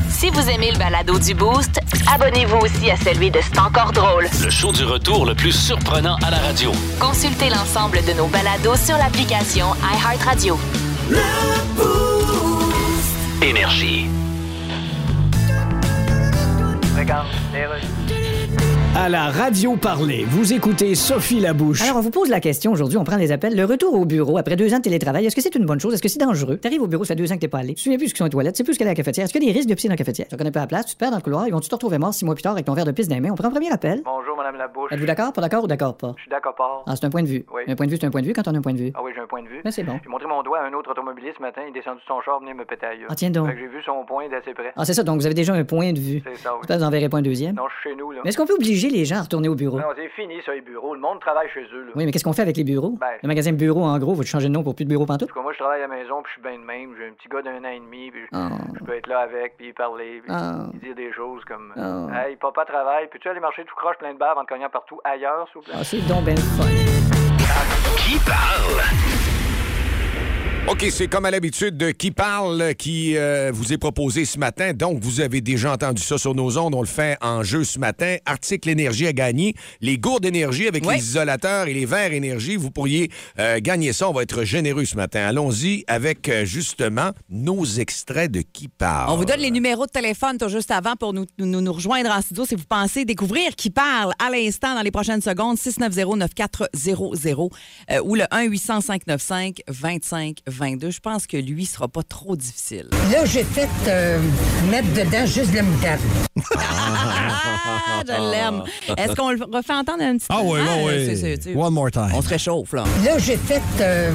S4: Si vous aimez le balado du Boost, abonnez-vous aussi à celui de C'est encore drôle.
S5: Le show du retour le plus surprenant à la radio.
S4: Consultez l'ensemble de nos balados sur l'application iHeartRadio.
S5: Énergie.
S6: À la radio parler, vous écoutez Sophie Labouche.
S7: Alors, on vous pose la question aujourd'hui, on prend les appels. Le retour au bureau après deux ans de télétravail, est-ce que c'est une bonne chose? Est-ce que c'est dangereux? T'arrives au bureau, ça fait deux ans que t'es pas allé. Tu te souviens plus ce qu'ils sont aux toilettes, tu sais plus ce qu'elle est à la cafetière. Est-ce qu'il y a des risques de pisser dans la cafetière? Tu connais pas la place, tu te perds dans le couloir, ils vont te retrouver mort six mois plus tard avec ton verre de pisse dans les mains. On prend un premier appel.
S8: Bonjour, Madame Labouche.
S7: Êtes-vous d'accord, pas d'accord ou d'accord pas?
S8: Je suis d'accord. pas.
S7: Ah, c'est un point de vue.
S8: Oui.
S7: Un point de vue, c'est un point de vue quand on a un point de vue.
S8: Ah oui, j'ai un point de vue.
S7: Mais c'est bon.
S8: J'ai montré mon doigt à un autre automobiliste ce matin. Il est descendu de son char, venir me péter ailleurs.
S7: Ah, tiens donc.
S8: J'ai vu son point d'assez près.
S7: Ah, c'est ça, donc vous avez déjà un point de vue.
S8: C'est ça, oui.
S7: J'espère que vous enverrez pas un deuxième.
S8: Non, je suis chez nous, là.
S7: Mais est-ce qu'on peut obliger les gens à retourner au bureau?
S8: Non, c'est fini, ça, les bureaux. Le monde travaille chez eux, là.
S7: Oui, mais qu'est-ce qu'on fait avec les bureaux?
S8: Ben-
S7: Le magasin bureau, en gros, faut changer de nom pour plus de bureau pantoute?
S8: En tout cas, moi, je travaille à la maison, puis je suis bien de même. J'ai un petit gars d'un an et demi, puis je,
S7: Ah.
S8: je peux être là avec, puis parler, puis
S7: Ah.
S8: dire des choses comme
S7: Ah.
S8: Hey, papa travaille, puis tu aller marcher tout croche plein de barres en te cognant partout ailleurs, s'il vous plaît?
S7: Ah, c'est donc ben le fun.
S5: Qui parle?
S1: OK, c'est comme à l'habitude de qui parle qui euh, vous est proposé ce matin. Donc, vous avez déjà entendu ça sur nos ondes. On le fait en jeu ce matin. Article énergie à gagner. Les gourdes énergie avec
S2: Oui.
S1: les isolateurs et les verres énergie. Vous pourriez euh, gagner ça. On va être généreux ce matin. Allons-y avec euh, justement nos extraits de qui parle.
S2: On vous donne les numéros de téléphone tout juste avant pour nous, nous, nous rejoindre en studio si vous pensez découvrir qui parle à l'instant dans les prochaines secondes. 690-9400 euh, ou le 1-800-595-2522. Je pense que lui sera pas trop difficile.
S9: Là, j'ai fait euh, mettre dedans juste de la moutarde.
S2: Ah, je l'aime. Est-ce qu'on le refait entendre un petit peu?
S3: Ah oui, oui,
S2: Ah,
S3: oui.
S2: c'est- c'est- c'est-
S3: One more time.
S2: On se réchauffe, là.
S9: Là, j'ai fait euh,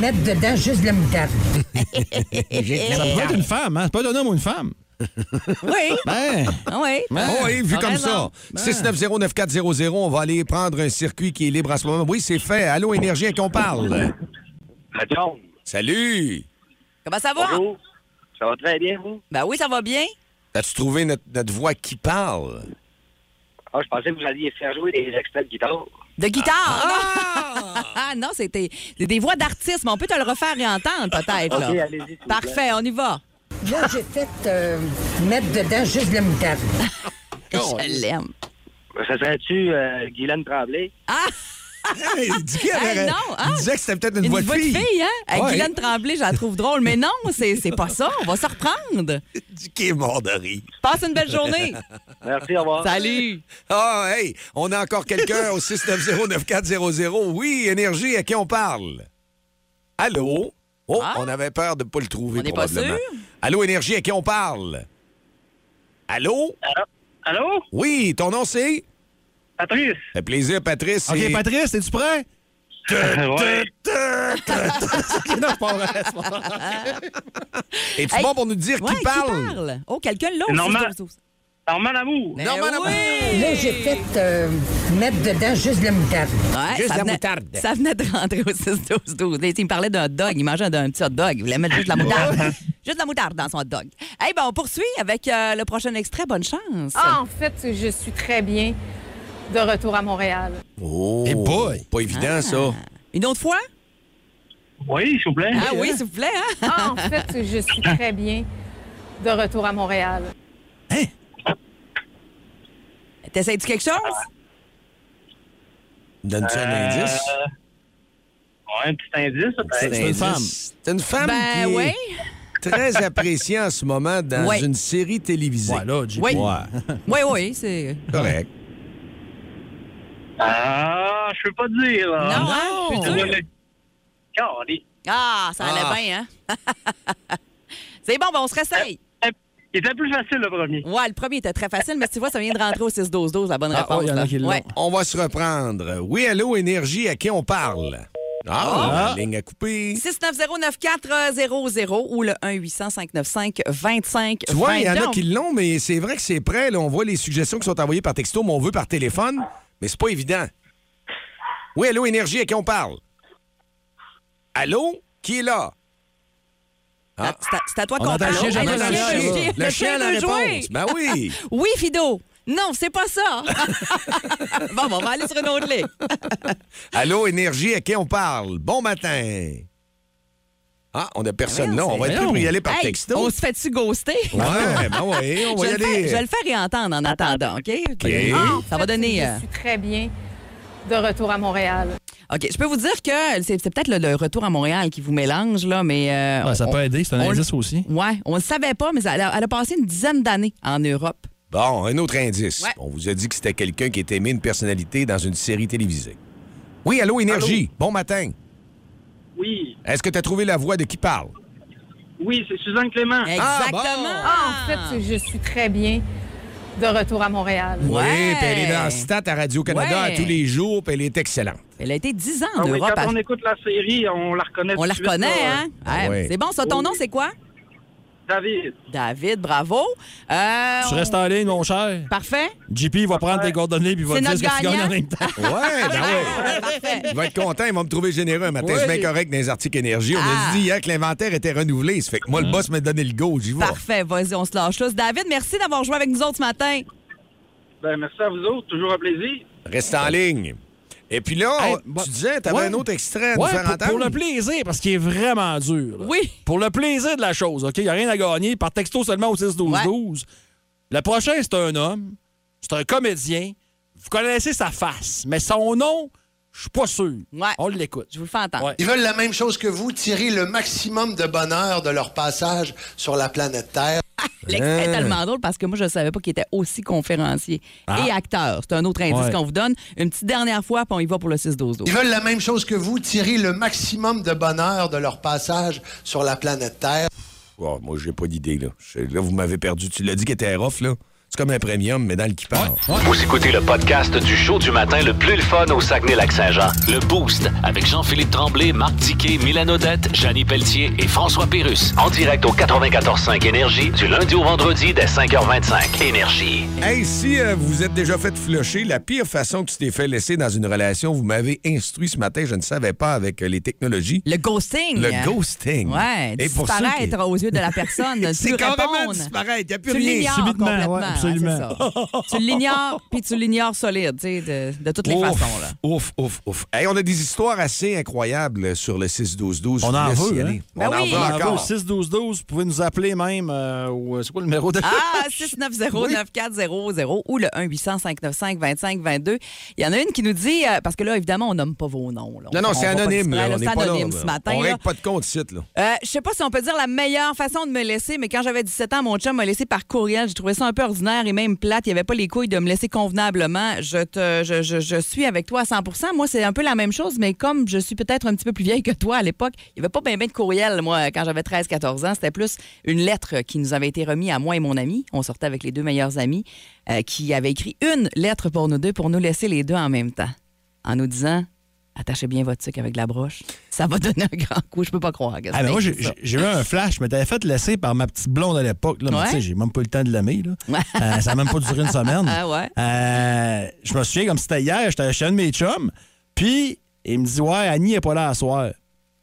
S9: mettre dedans juste de la moutarde.
S3: Ça peut être une femme, hein? Ça peut être un homme ou une femme.
S2: Oui,
S3: Ben,
S2: ah oui.
S1: Oh, oui, vu
S2: T'as
S1: comme ça.
S2: raison.
S1: 690-9400, on va aller prendre un circuit qui est libre en ce moment. Oui, c'est fait. Allô, Énergie, à qui on parle? Salut!
S2: Comment ça va?
S10: Ça va très bien, vous?
S2: Ben oui, ça va bien.
S1: As-tu trouvé notre, notre voix qui parle?
S10: Ah, je pensais que vous alliez faire jouer des extraits de guitare.
S2: De guitare. non! Ah non, c'était c'est des voix d'artistes, mais on peut te le refaire et entendre peut-être. là.
S10: Ok, allez-y, s'il vous plaît.
S2: Parfait, on y va.
S9: Là, j'ai fait euh, mettre dedans juste de la moutarde.
S2: Je l'aime.
S10: Ça serait-tu euh, Guylaine Tremblay?
S1: Il dit qu'il
S2: Ah! Hey,
S1: avait-
S2: non, hein?
S1: il disait que c'était peut-être une,
S2: Une
S1: voix de fille.
S2: hein? Hey,
S1: Ouais.
S2: Guylaine Tremblay, je la trouve drôle, mais non, c'est c'est pas ça. On va se reprendre.
S1: Il dit qu'il est mort de rire.
S2: Passe une belle journée.
S10: Merci, au revoir.
S2: Salut.
S1: Ah, hey, on a encore quelqu'un au 690-9400. Oui, Énergie, à qui on parle? Allô? Oh,
S2: Ah?
S1: on avait peur de ne pas le trouver,
S2: On n'est pas
S1: probablement.
S2: sûr?
S1: Allô, Énergie, à qui on parle? Allô?
S10: Allô?
S1: Oui, ton nom, c'est?
S10: Patrice?
S1: Fait plaisir, Patrice. et-
S3: OK, Patrice, es-tu prêt?
S10: ouais.
S3: non, c'est pas vrai, c'est pas vrai.
S1: Es-tu
S2: Hey.
S1: bon pour nous dire
S2: Ouais,
S1: qui parle?
S2: Oh, quelqu'un là.
S10: Normal.
S2: aussi.
S10: Normal Amour.
S2: Ben
S1: Normal Amour.
S2: oui.
S9: Là, j'ai fait euh, mettre dedans juste de la moutarde.
S2: Ouais,
S1: Juste
S2: ça
S1: la
S2: venait-
S1: moutarde.
S2: Ça venait de rentrer au 6-12-12. Et Il me parlait d'un hot dog. Il mangeait un, un petit hot dog. Il voulait mettre juste de la moutarde. juste de la moutarde dans son hot dog. Eh ben, on poursuit avec euh, le prochain extrait. Bonne chance.
S11: en fait, je suis très bien de retour à Montréal.
S1: Oh,
S3: Eh boy.
S1: pas évident,
S2: Ah!
S1: ça.
S2: Une autre fois?
S10: Oui, s'il vous plaît.
S2: Ah oui, s'il vous plaît. Hein?
S11: En fait, je suis très bien de retour à Montréal.
S2: T'essayes-tu quelque chose?
S1: Donne-tu un indice?
S10: Euh, Ouais, un petit indice,
S5: Ben,
S10: peut-être.
S3: C'est une femme.
S1: C'est une femme
S2: Ben
S1: qui est
S2: oui.
S1: très appréciée en ce moment dans
S2: Ouais.
S1: une série télévisée.
S3: Ouais, là, JP.
S2: Oui.
S3: Ouais.
S2: Oui, oui, c'est.
S1: Correct.
S10: Ah, je peux pas dire.
S2: Non,
S10: là.
S2: hein?
S10: Je
S2: C'est
S10: dois
S2: dur.
S10: le- Calé.
S2: Ah, ça allait
S1: Ah.
S2: bien, hein? c'est bon, ben on se réessaye.
S10: Il était plus facile, le premier.
S2: Ouais, le premier était très facile, mais tu vois, ça vient de rentrer au 6-12-12, la bonne
S3: Ah,
S2: réponse.
S3: ouais, y en a
S2: là.
S3: qui l'ont.
S2: Ouais.
S1: On va se reprendre. Oui, allô, Énergie, à qui on parle? Ah,
S3: Ah.
S1: la ligne à couper.
S2: 690-9400 ou le 1-800-595-2522.
S1: Tu vois, il y en a qui l'ont, mais c'est vrai que c'est prêt. là. on voit les suggestions qui sont envoyées par texto, mais on veut par téléphone, mais c'est pas évident. Oui, allô, Énergie, à qui on parle? Allô? Qui est là?
S2: Ah, c'est à- C'est à toi
S3: On
S2: qu'on
S3: entend
S2: parle.
S3: le chien,
S2: Hey,
S3: j'entends
S2: le
S3: le
S2: chien,
S3: chien.
S2: le chien,
S1: Le chien à la
S2: veut jouer.
S1: réponse. Ben oui.
S2: Oui, Fido. Non, c'est pas ça. bon, bon, on va aller sur une autre ligne.
S1: Allô, Énergie, à qui on parle? Bon matin. Ah, on n'a personne
S2: Ben
S1: là. On va être
S3: Voyons.
S1: prêt pour y aller par
S2: Hey,
S1: texto.
S2: On se fait-tu ghoster?
S1: Ouais, ben oui, on
S2: je,
S1: va y
S2: vais le faire-
S1: aller.
S2: je vais le faire et entendre en attendant, OK?
S1: OK.
S2: Ça va donner. euh,
S11: Je suis très bien de retour à Montréal.
S2: OK, je peux vous dire que c'est c'est peut-être le, le retour à Montréal qui vous mélange, là, mais. euh,
S3: Ouais, Ben, ça
S2: on-
S3: peut aider, c'est un
S2: on-
S3: indice aussi.
S2: Ouais, on le savait pas, mais ça- elle a, elle a passé une dizaine d'années en Europe.
S1: Bon, un autre indice.
S2: Ouais.
S1: On vous a dit que c'était quelqu'un qui était aimé une personnalité dans une série télévisée. Oui, allô, Énergie. Bon matin.
S10: Oui.
S1: Est-ce que tu as trouvé la voix de qui parle?
S10: Oui, c'est Suzanne
S1: Ah,
S10: Clément.
S2: Exactement.
S11: En fait, je suis très bien de retour à Montréal.
S1: Oui,
S2: Ouais.
S1: puis elle est dans Stat à Radio-Canada
S2: Ouais.
S1: à tous les jours, puis elle est excellente.
S2: Elle a été 10 ans en
S10: Ah oui,
S2: Europe.
S10: quand on écoute la série, on la reconnaît.
S2: On
S10: tout
S2: la
S10: de suite,
S2: reconnaît,
S10: là.
S2: hein? Ouais,
S1: Ouais.
S2: C'est bon, ça. Ton nom, c'est quoi?
S10: David.
S2: David, bravo. Euh,
S3: Tu
S2: on-
S3: restes en ligne, mon cher.
S2: Parfait?
S3: JP, il va prendre tes coordonnées puis il va
S2: C'est
S3: te dire ce
S2: notre
S3: que tu gagnes
S2: gagnant.
S3: en même temps.
S1: Ouais, ben oui.
S2: Parfait.
S1: Il va être content, il va me trouver généreux un matin.
S3: Oui.
S1: C'est bien correct dans les articles énergie. On
S2: Ah.
S1: a dit hier que l'inventaire était renouvelé. Ça fait que moi, le boss m'a donné le go. J'y vais.
S2: Parfait, vas-y, on se lâche là. David, merci d'avoir joué avec nous autres ce matin.
S10: Ben, merci à vous autres. Toujours un plaisir.
S1: Reste en ligne. Et puis là,
S3: Hey,
S1: Ah, tu disais, t'avais
S3: ouais.
S1: un autre extrait à nous
S3: Ouais,
S1: faire
S3: pour,
S1: entendre.
S3: pour le plaisir, parce qu'il est vraiment dur. là.
S2: Oui.
S3: Pour le plaisir de la chose, OK? Il n'y a rien à gagner. Par texto seulement au 6-12-12. Le prochain, c'est un homme. C'est un comédien. Vous connaissez sa face, mais son nom, je suis pas sûr. On l'écoute. Je
S2: vous le fais entendre.
S12: Ils veulent la même chose que vous, tirer le maximum de bonheur de leur passage sur la planète Terre.
S2: L'extrait
S1: Hein?
S2: est tellement drôle parce que moi, je ne savais pas qu'il était aussi conférencier
S12: Ah.
S2: et acteur. C'est un autre indice
S12: Ouais.
S2: qu'on vous donne. Une petite dernière fois, puis on y va pour le 6-12-12.
S12: Ils veulent la même chose que vous, tirer le maximum de bonheur de leur passage sur la planète Terre.
S1: Oh, moi, j'ai pas d'idée, là. Je- Là, vous m'avez perdu. Tu l'as dit qu'il était off, là. C'est comme un premium, mais dans le qui parle.
S5: Vous écoutez le podcast du show du matin le plus le fun au Saguenay-Lac-Saint-Jean. Le Boost avec Jean-Philippe Tremblay, Marc Tiquet, Milan Odette, Janine Pelletier et François Pérus. En direct au 94.5 Énergie du lundi au vendredi dès 5h25. Énergie.
S1: Hey, si euh, vous vous êtes déjà fait flusher, la pire façon que tu t'es fait laisser dans une relation, vous m'avez instruit ce matin, je ne savais pas avec euh, les technologies.
S2: Le ghosting. hein?
S1: Le ghosting.
S2: Ouais,
S1: Et pour ceux qui-
S2: disparaître aux yeux de la personne, ne
S1: C'est
S2: plus
S1: carrément
S2: répondre.
S1: disparaître, y a plus
S2: tu
S1: rien.
S2: l'ignores
S1: Subitement, ouais,
S2: complètement, hein,
S1: absolument.
S2: c'est ça. tu l'ignores, puis tu l'ignores solide, tu sais, de, de toutes les
S1: Ouf,
S2: façons. Là.
S1: Ouf, ouf, ouf. Hey, on a des histoires assez incroyables euh, sur le 6-12-12.
S3: On
S1: Je vous
S3: en
S1: laisse y
S3: veut, hein?
S1: aller. Ben
S2: Ben
S1: on en veut
S3: On en veut.
S1: encore.
S3: 6-12-12. Vous pouvez nous appeler même. euh, au- c'est quoi le numéro de...
S2: Ah, 690-9400 ou le 1-800-595-2522. Il y en a une qui nous dit, euh, parce que là, évidemment, on nomme pas vos noms. là.
S1: Non,
S2: On-
S1: non, c'est
S2: on va pas
S1: anonyme.
S2: distraire,
S1: là.
S2: là.
S1: on n'est
S2: C'est
S1: pas là,
S2: anonyme
S1: là.
S2: ce matin.
S1: On
S2: là.
S1: règle pas de compte site. Là.
S2: Euh, je sais pas si on peut dire la meilleure façon de me laisser, mais quand j'avais 17 ans, mon chum m'a laissé par courriel. J'ai trouvé ça un peu ordinaire et même plate. Il n'y avait pas les couilles de me laisser convenablement. Je, te, je, je- je suis avec toi à 100 Moi, c'est un peu la même chose, mais comme je suis peut-être un petit peu plus vieille que toi à l'époque, il n'y avait pas bien ben de courriel, moi, quand j'avais 13-14 ans. C'était plus une lettre qui nous avait été remise à moi et mon ami. On sortait avec les deux meilleurs amis euh, qui avaient écrit une lettre pour nous deux pour nous laisser les deux en même temps en nous disant... Attachez bien votre sucre avec de la broche. Ça va donner un grand coup. Je peux pas croire que
S3: Ah, mais moi, j'ai
S2: c'était ça.
S3: j'ai- j'ai eu un flash. Je m'étais fait laisser par ma petite blonde à l'époque. là, mais
S2: Ouais.
S3: tu sais, J'ai même pas eu le temps de l'aimer. là. Euh, ça n'a même pas duré une semaine.
S2: Ah ouais?
S3: Euh, je me souviens comme si c'était hier. J'étais chez un de mes chums. Puis, il me dit Ouais, Annie n'est pas là à soir.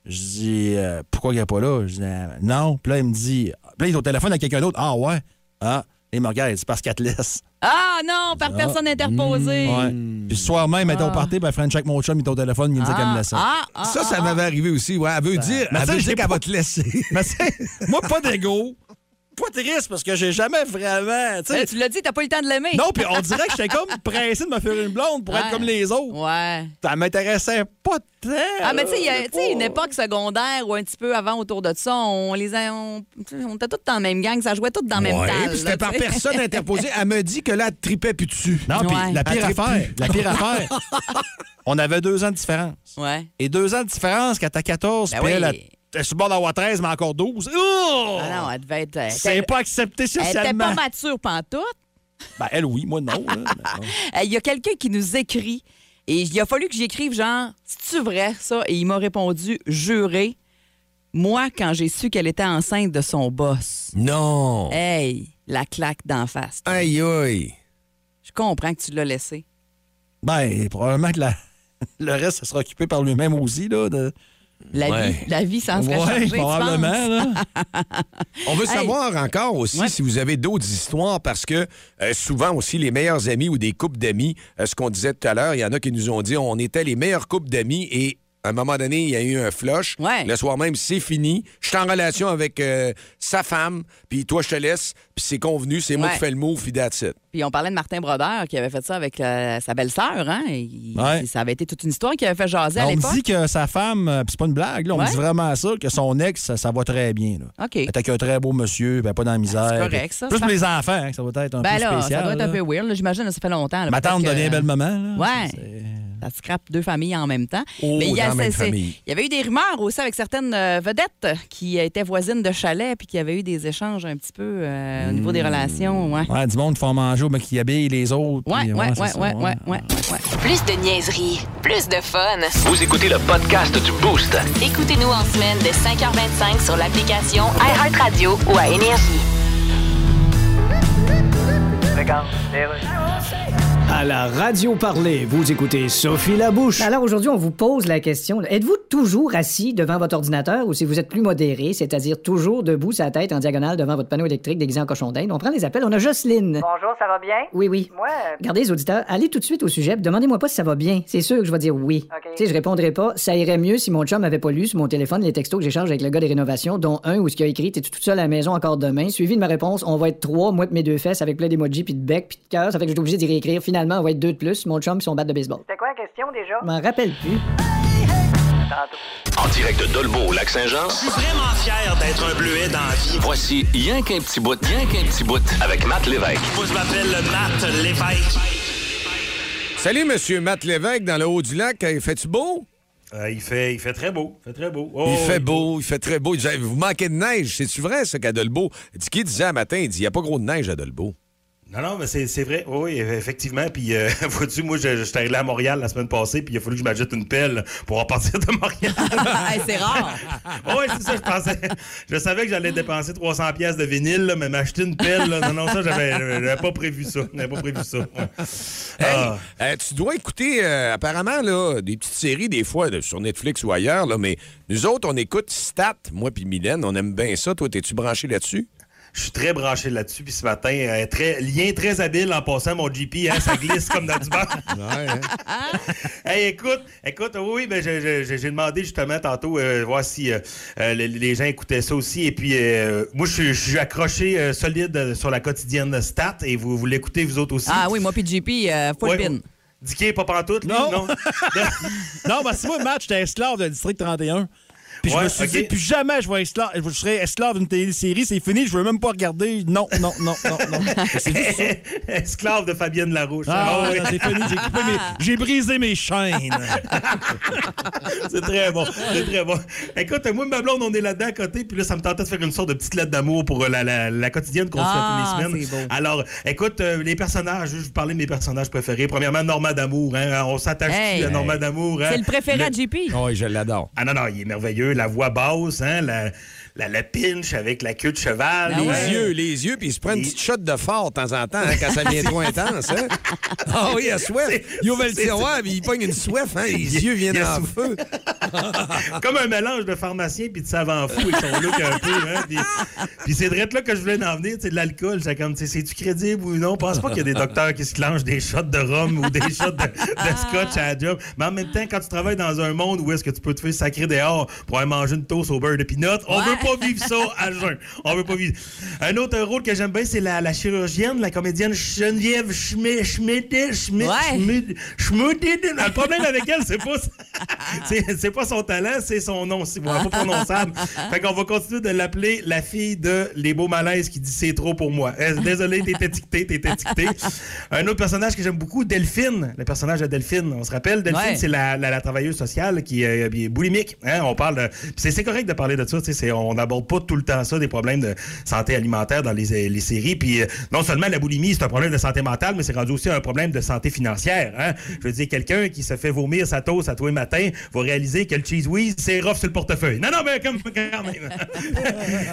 S3: Je dis Euh, Pourquoi elle n'est pas là Je dis Euh, Non. Puis là, il me dit Puis là, il est au téléphone avec quelqu'un d'autre. Ah ouais Ah. Et il me regarde, il dit Parce qu'elle te laisse.
S2: Ah non, par personne interposée.
S3: Mm. Ouais. Puis ce soir même, elle était au party, ben French check mon chum, il était au téléphone, il me disait qu'elle me laissait.
S2: ah, ah,
S1: ça, ça m'avait arrivé aussi. Ouais, elle veut dire,
S3: Mais
S1: elle
S3: ça,
S1: veut
S3: j'ai
S1: dire qu'elle
S3: pas-
S1: va te laisser.
S3: Mais c'est- moi, pas d'ego. Pas triste parce que j'ai jamais vraiment. tu sais.
S2: Mais tu l'as dit, t'as pas eu le temps de l'aimer.
S3: Non, puis on dirait que j'étais comme pressé de me faire une blonde pour être
S2: Ouais.
S3: comme les autres.
S2: Ouais.
S3: Ça m'intéressait pas tant.
S2: Ah, mais tu sais, il y
S3: là,
S2: a- tu sais, une
S3: pas-
S2: époque secondaire ou un petit peu avant autour de ça, on les a- on, on était tous dans la même gang, ça jouait tous dans le même
S1: Ouais,
S2: temps.
S1: puis c'était par personne interposée. Elle me dit que là, elle te tripait plus dessus.
S3: Non, puis
S2: Ouais.
S3: la pire
S1: Elle tripe
S3: affaire,
S1: plus.
S3: la pire affaire. On avait deux ans de différence.
S2: Ouais.
S3: Et deux ans de différence quand t'as 14,
S2: Ben
S3: puis
S2: oui.
S3: elle, elle- elle est sur le bord d'avoir 13, mais encore 12. Oh!
S2: Ah non, elle devait être. elle
S3: C'est
S2: était-
S3: pas accepté
S2: Elle était pas
S3: socialement.
S2: mature pantoute.
S3: Ben, elle, oui, moi, non. là, mais bon.
S2: Euh, Il y a quelqu'un qui nous écrit et il a fallu que j'écrive genre, c'est-tu vrai ça? Et il m'a répondu, juré, moi, quand j'ai su qu'elle était enceinte de son boss.
S1: Non.
S2: Hey, la claque d'en face.
S1: Aïe, aïe.
S2: Je comprends que tu l'as laissé.
S3: Ben, probablement que la- le reste, ça sera occupé par lui-même aussi, là. de-
S2: La
S3: Ouais.
S2: vie, la vie s'en Ah, serait chargée,
S3: Ouais,
S2: tu penses?
S3: probablement, là.
S1: On veut
S2: Hey.
S1: savoir encore aussi si vous avez d'autres histoires parce que euh, souvent aussi les meilleurs amis ou des couples d'amis, euh, ce qu'on disait tout à l'heure, il y en a qui nous ont dit on était les meilleurs couples d'amis et à un moment donné, il y a eu un flush. Le soir même, c'est fini. Je suis en relation avec euh, sa femme, puis toi, je te laisse, puis c'est convenu, c'est moi
S2: Ouais.
S1: qui fais le move, puis that's it.
S2: Puis on parlait de Martin Brodeur qui avait fait ça avec euh, sa belle-sœur. Hein? Il-
S3: Ouais.
S2: Ça avait été toute une histoire qui avait fait jaser à
S3: on
S2: l'époque.
S3: me dit que sa femme, euh, pis c'est pas une blague, là, on
S2: Ouais.
S3: me dit vraiment ça, que son ex, ça, ça va très bien. Là.
S2: OK. Ah,
S3: Elle était qu'un très beau monsieur, ben, pas dans la misère.
S2: c'est correct,
S3: pis-
S2: ça,
S3: Plus
S2: ça-
S3: pour les enfants, hein, que ça doit être un
S2: Ben
S3: peu
S2: là,
S3: spécial.
S2: ça doit être un
S3: là.
S2: peu weird. là. J'imagine que ça fait longtemps. là.
S3: Ma tante
S2: Peut-être que-
S3: donnait un bel moment. Là.
S2: Ouais. Ça scrape deux familles en même temps.
S3: Oh,
S2: il y,
S3: dans la même
S2: c'est-
S3: famille.
S2: il y avait eu des rumeurs aussi avec certaines euh, vedettes qui étaient voisines de chalets puis qui avaient eu des échanges un petit peu euh, au niveau
S3: Hmm.
S2: des relations. Ouais,
S3: Ouais, du monde qui font manger au maquillabé les autres.
S2: ouais,
S3: pis
S2: ouais,
S3: c'est
S2: ouais,
S3: ça,
S2: ouais, ouais, ouais.
S4: Plus de niaiserie, plus de fun.
S5: Vous écoutez le podcast du Boost.
S4: Écoutez-nous en semaine de 5h25 sur l'application iHeartRadio ou à Énergie.
S8: Regarde,
S6: À la radio parler, vous écoutez Sophie Labouche.
S7: Ben Alors aujourd'hui, on vous pose la question. là. Êtes-vous toujours assis devant votre ordinateur ou si vous êtes plus modéré, c'est-à-dire toujours debout, sa tête en diagonale devant votre panneau électrique déguisé en cochon d'Inde? On prend les appels. On a Jocelyne.
S13: Bonjour, ça va bien?
S7: Oui, oui.
S13: Moi, euh,
S7: Regardez les auditeurs, allez tout de suite au sujet, puis demandez-moi pas si ça va bien. C'est sûr que je vais dire oui.
S13: OK.
S7: Tu sais, je répondrai pas. Ça irait mieux si mon chum avait pas lu sur mon téléphone les textos que j'échange avec le gars des rénovations, dont un où ce qu'il a écrit T'es-tu toute seule à la maison encore demain Suivi de ma réponse On va être trois, moi et mes deux fesses avec plein d'emojis, puis de bec, puis de cœur. Ça fait que je suis obligé d'y réécrire. Finalement, on va être deux de plus, mon chum, puis son bat de baseball.
S13: c'était quoi la question déjà?
S7: Je m'en rappelle plus.
S5: En direct de Dolbeau, au Lac-Saint-Jean.
S14: Je suis vraiment fier d'être un bleuet dans la vie.
S5: Voici Y'en qu'un petit bout, Y'en qu'un petit bout avec Matt Lévesque.
S14: Moi, je m'appelle Matt Lévesque.
S1: Salut, Monsieur Matt Lévesque, dans le haut du lac. Euh, Fais-tu beau?
S15: Euh, il, fait, il fait très beau. fait très beau. Oh,
S1: il fait beau, il fait très beau. Il disait, Vous manquez de neige, c'est-tu vrai, ça, qu'à Dolbeau? Dicky disait un matin, il dit, il n'y a pas gros de neige à Dolbeau.
S15: Non, non, mais c'est c'est vrai. Oui, oui, effectivement. Puis, euh, vois-tu, moi, je, je suis arrivé à Montréal la semaine passée, puis il a fallu que je m'ajoute une pelle pour repartir de Montréal.
S2: Hey, c'est rare.
S15: oui, c'est ça, je pensais. Je savais que j'allais dépenser 300 pièces de vinyle, là, mais m'acheter une pelle, là, non, non, ça, j'avais j'avais pas prévu ça. J'avais pas prévu ça. Ouais. Ah.
S1: Hey, euh, tu dois écouter, euh, apparemment, là, des petites séries, des fois, là, sur Netflix ou ailleurs, là, mais nous autres, on écoute Stat, moi puis Mylène, on aime bien ça. Toi, t'es-tu branché là-dessus?
S15: Je suis très branché là-dessus. Puis ce matin, euh, très, lien très habile en passant mon GP, hein, ça glisse comme dans du beurre.
S3: hein.
S15: Hey, écoute, écoute, oui, oui, ben, je- je- je- j'ai demandé justement tantôt euh, voir si euh, euh, les, les gens écoutaient ça aussi. Et puis, euh, moi, je suis- je suis accroché euh, solide euh, sur la quotidienne Stat et vous, vous l'écoutez vous autres aussi.
S2: Ah oui, moi puis JP, euh, full
S15: Ouais.
S2: pin.
S15: Dicky, pas pantoute, lui,
S3: Non.
S15: non?
S3: non, parce que moi, Matt, j'étais esclave de District 31. Puis je
S15: Ouais,
S3: me suis
S15: ok.
S3: dit, plus jamais je, vais esclave, je serai esclave d'une télésérie, c'est fini, je veux même pas regarder. Non, non, non, non, non. C'est juste ça.
S15: Esclave de Fabienne Larouche.
S3: Ah,
S15: Ah,
S3: ouais,
S15: oui.
S3: non, c'est fini, j'ai coupé mes-
S2: Ah.
S3: j'ai brisé mes chaînes.
S15: C'est très bon. C'est très bon. Écoute, moi, et ma blonde, on est là-dedans à côté. Puis là, ça me tentait de faire une sorte de petite lettre d'amour pour euh, la, la- la quotidienne qu'on
S14: Ah,
S15: se fait tous les
S14: c'est
S15: semaines.
S14: beau.
S15: Alors, écoute, euh, les personnages, je vais vous parler de mes personnages préférés. Premièrement, Normand d'Amour. hein. On s'attache
S2: Hey.
S15: à Normand d'Amour. hein?
S2: C'est le préféré à JP.
S1: Oui, je l'adore.
S15: Ah non, non, il est merveilleux. La voix basse, hein, la, la, le pinch avec la queue de cheval.
S2: Ben
S1: les
S15: hein.
S1: yeux, les yeux, puis ils se prennent une petite shot de fort de temps en temps, hein, quand ça devient trop intense. hein. Ah oui, à soif. Il ouvre le
S15: c'est-
S1: tiroir, puis il pogne une soif, hein, les
S15: Il-
S1: yeux viennent
S15: il a
S1: en
S15: sou-
S1: feu.
S15: Comme un mélange de pharmacien puis de savant fou avec son look un peu. Hein? Puis, puis c'est direct là que je voulais en venir, c'est de l'alcool. C'est comme, tu sais, c'est-tu crédible ou non? Pense pas qu'il y a des docteurs qui se clenchent des shots de rhum ou des shots de, de scotch à la job. Mais en même temps, quand tu travailles dans un monde où est-ce que tu peux te faire sacrer dehors pour aller manger une toast au beurre de pinot, on
S14: Ouais.
S15: veut pas vivre ça à jeun. On veut pas vivre. Un autre rôle que j'aime bien, c'est la, la chirurgienne, la comédienne Geneviève Schmitt. Schmitt, Schmitt, Schmitt, Schmitt. Le problème avec elle, c'est pas c'est c'est pas son talent, c'est son nom, si vous pas prononçable. Fait qu'on va continuer de l'appeler la fille de Les Beaux Malaises qui dit c'est trop pour moi. Eh, Désolé, t'es étiqueté, t'es étiqueté. Un autre personnage que j'aime beaucoup, Delphine, le personnage de Delphine. On se rappelle, Delphine,
S14: Ouais.
S15: c'est la, la- la travailleuse sociale qui est, qui est boulimique. hein. on parle de- puis c'est c'est correct de parler de ça, tu sais, c'est- on n'aborde pas tout le temps ça, des problèmes de santé alimentaire dans les, les séries. Puis euh, non seulement la boulimie, c'est un problème de santé mentale, mais c'est rendu aussi un problème de santé financière. hein. Je veux dire, quelqu'un qui se fait vomir sa toast à tous les matins va réaliser que le cheese whiz, c'est rough sur le portefeuille. Non, non, mais comme quand même.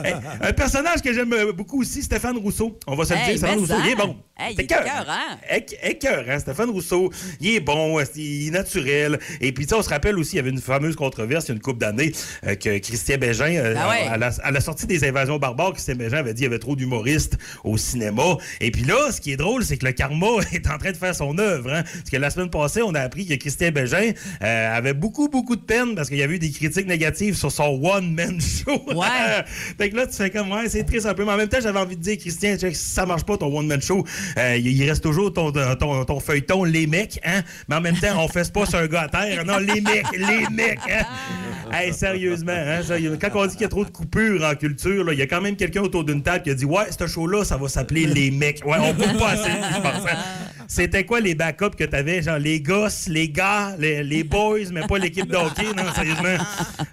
S15: Hey, un personnage que j'aime euh, beaucoup aussi, Stéphane Rousseau. On va se le
S2: Hey,
S15: dire, Stéphane
S2: mais
S15: Rousseau,
S2: ça.
S15: il est bon.
S2: Hey, il
S15: C'est
S2: est hein.
S15: cœur.
S2: écœurant.
S15: Éc- écœurant. Stéphane Rousseau, il est bon, euh, il est naturel. Et puis, tu sais, on se rappelle aussi, il y avait une fameuse controverse il y a une couple d'années euh, que Christian Bégin, euh,
S14: Ah ouais.
S15: à, la, à la sortie des Invasions barbares, Christian Bégin avait dit qu'il y avait trop d'humoristes au cinéma. Et puis là, ce qui est drôle, c'est que le karma est en train de faire son œuvre. hein. Parce que la semaine passée, on a appris que Christian Bégin euh, avait beaucoup, beaucoup de peine parce qu'il y avait eu des critiques négatives sur son one-man show. Ouais. fait que là, tu fais comme, ouais, c'est triste un peu. Mais en même temps, j'avais envie de dire, Christian, check, si ça marche pas, ton one-man show, euh, il il reste toujours ton, ton, ton feuilleton, les mecs, hein. Mais en même temps, on fesse pas sur un gars à terre. Non, les mecs, les mecs, hein. Hey, sérieusement, hein, sérieux- quand on dit qu'il y a trop de coupures en culture, là, il y a quand même quelqu'un autour d'une table qui a dit, ouais, ce show-là, ça va s'appeler les mecs. Ouais, on coupe pas assez, je pense, hein. C'était quoi les backups que t'avais? Genre les gosses, les gars, les, les boys, mais pas l'équipe de hockey, non, sérieusement.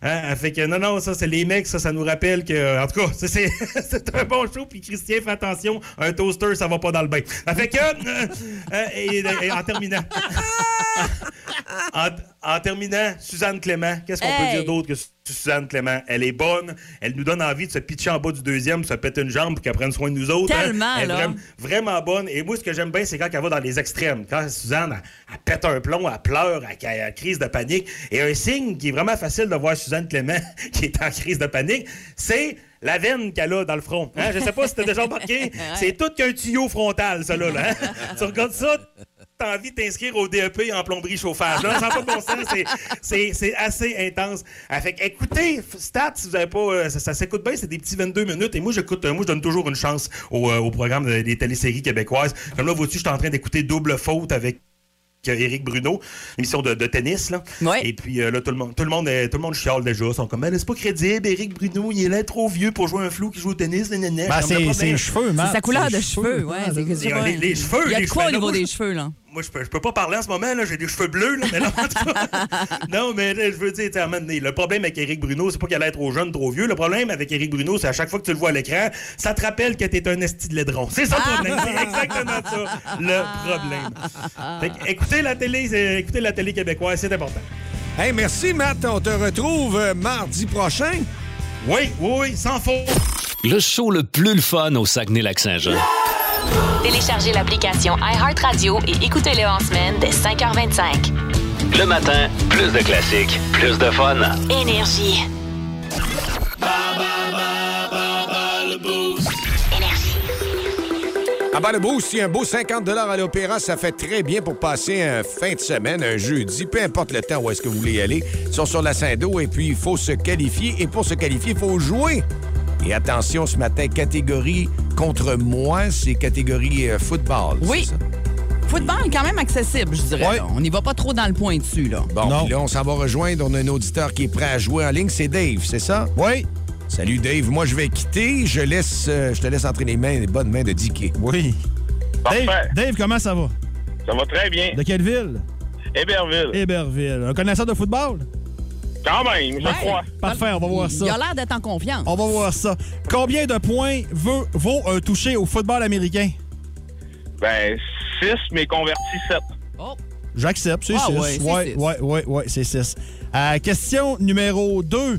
S15: Hein, fait que non, non, ça, c'est les mecs, ça, ça nous rappelle que, en tout cas, c'est- c'est c'est un bon show. Puis Christian, fais attention, un toaster, ça va pas dans le bain. Fait que, euh, euh, et- et en terminant. En, en terminant, Suzanne Clément, qu'est-ce qu'on
S2: Hey!
S15: peut dire d'autre que Su- Suzanne Clément, elle est bonne. Elle nous donne envie de se pitcher en bas du deuxième, se péter une jambe pour qu'elle prenne soin de nous autres. hein.
S2: Tellement,
S15: Elle est
S2: là.
S15: vraiment- vraiment bonne. Et moi, ce que j'aime bien, c'est quand elle va dans les extrêmes. Quand Suzanne, elle, elle pète un plomb, elle pleure, elle, elle- elle crise de panique. Et un signe qui est vraiment facile de voir Suzanne Clément qui est en crise de panique, c'est la veine qu'elle a dans le front. Hein? Je sais pas si t'as déjà remarqué, c'est tout qu'un tuyau frontal, ça là. là, hein. tu regardes ça, t'as envie de t'inscrire au DEP en plomberie chauffage. Là, ça n'a pas de bon sens, c'est- c'est c'est assez intense. Ah, fait que, écoutez, f- stats, si vous avez pas, euh, ça, ça s'écoute bien, c'est des petits 22 minutes. Et moi, j'écoute, euh, moi, je donne toujours une chance au, euh, au programme de- des téléséries québécoises. Comme là, vois-tu, je suis en train d'écouter Double Faute avec que Éric Bruno, émission de, de tennis. Là. Et puis euh, là, tout le monde, tout le monde, est- tout le monde chiale déjà. Ils sont comme, Ah, mais c'est pas crédible, Éric Bruno, il est là trop vieux pour jouer un flou qui joue au tennis. Les nénés,
S3: Ben,
S15: Je suis comme,
S3: c'est-
S15: Le problème-
S3: c'est les cheveux, Ah, Matt.
S2: C'est sa couleur de cheveux, ouais. c'est que-
S15: Les- les- les cheveux,
S2: Il y a de
S15: les
S2: quoi au
S15: cheveux, là,
S2: niveau
S15: moi,
S2: des
S15: je-
S2: cheveux, là?
S15: moi, je peux, je peux pas parler en ce moment, là. J'ai des cheveux bleus, là. Mais non, en tout cas, non, mais là, je veux dire, tu sais, à un moment donné, le problème avec Éric Bruno, c'est pas qu'il allait trop jeune, trop vieux. Le problème avec Éric Bruno, c'est à chaque fois que tu le vois à l'écran, ça te rappelle que t'es un esti de laidron. C'est ça le problème.
S2: Ah!
S15: C'est exactement ça, le problème. Fait que, écoutez la télé, c'est- écoutez la télé québécoise, c'est important.
S1: Hey, merci, Matt. On te retrouve euh, mardi prochain.
S15: Oui, oui, oui, sans faux.
S5: Le show le plus le fun au Saguenay-Lac-Saint-Jean.
S4: Téléchargez l'application iHeartRadio et écoutez-le en semaine dès 5h25.
S5: Le matin, plus de classiques, plus de fun.
S4: Énergie.
S1: Ah ben, le boost, il y a un beau 50 à l'opéra, ça fait très bien pour passer un fin de semaine, un jeudi, peu importe le temps où est-ce que vous voulez y aller. Ils sont sur la Saint-Deau et puis il faut se qualifier. Et pour se qualifier, il faut jouer. Et attention, ce matin, catégorie contre moi, c'est catégorie euh, football.
S2: Oui.
S1: c'est ça?
S2: Football quand même accessible, je dirais. là. On n'y va pas trop dans le point dessus, là.
S1: Bon, puis là, on s'en va rejoindre. On a un auditeur qui est prêt à jouer en ligne. C'est Dave, c'est ça? Oui. Salut, Dave. Moi, je vais quitter. Je, laisse, euh, je te laisse entrer les mains, les bonnes mains de Dicky.
S3: Oui. Dave, Dave, comment ça va?
S13: Ça va très bien.
S3: De quelle ville?
S13: Héberville.
S3: Héberville. Un connaisseur de football?
S13: Quand même, je crois.
S3: Parfait, on va voir ça.
S2: Il a l'air d'être en confiance.
S3: On va voir ça. Combien de points veut, vaut un toucher au football américain?
S13: Ben, 6, mais converti 7.
S3: J'accepte, c'est
S13: Ah
S3: 6.
S13: ouais, c'est
S3: ouais,
S13: six.
S3: ouais, ouais, ouais, c'est 6. question numéro 2.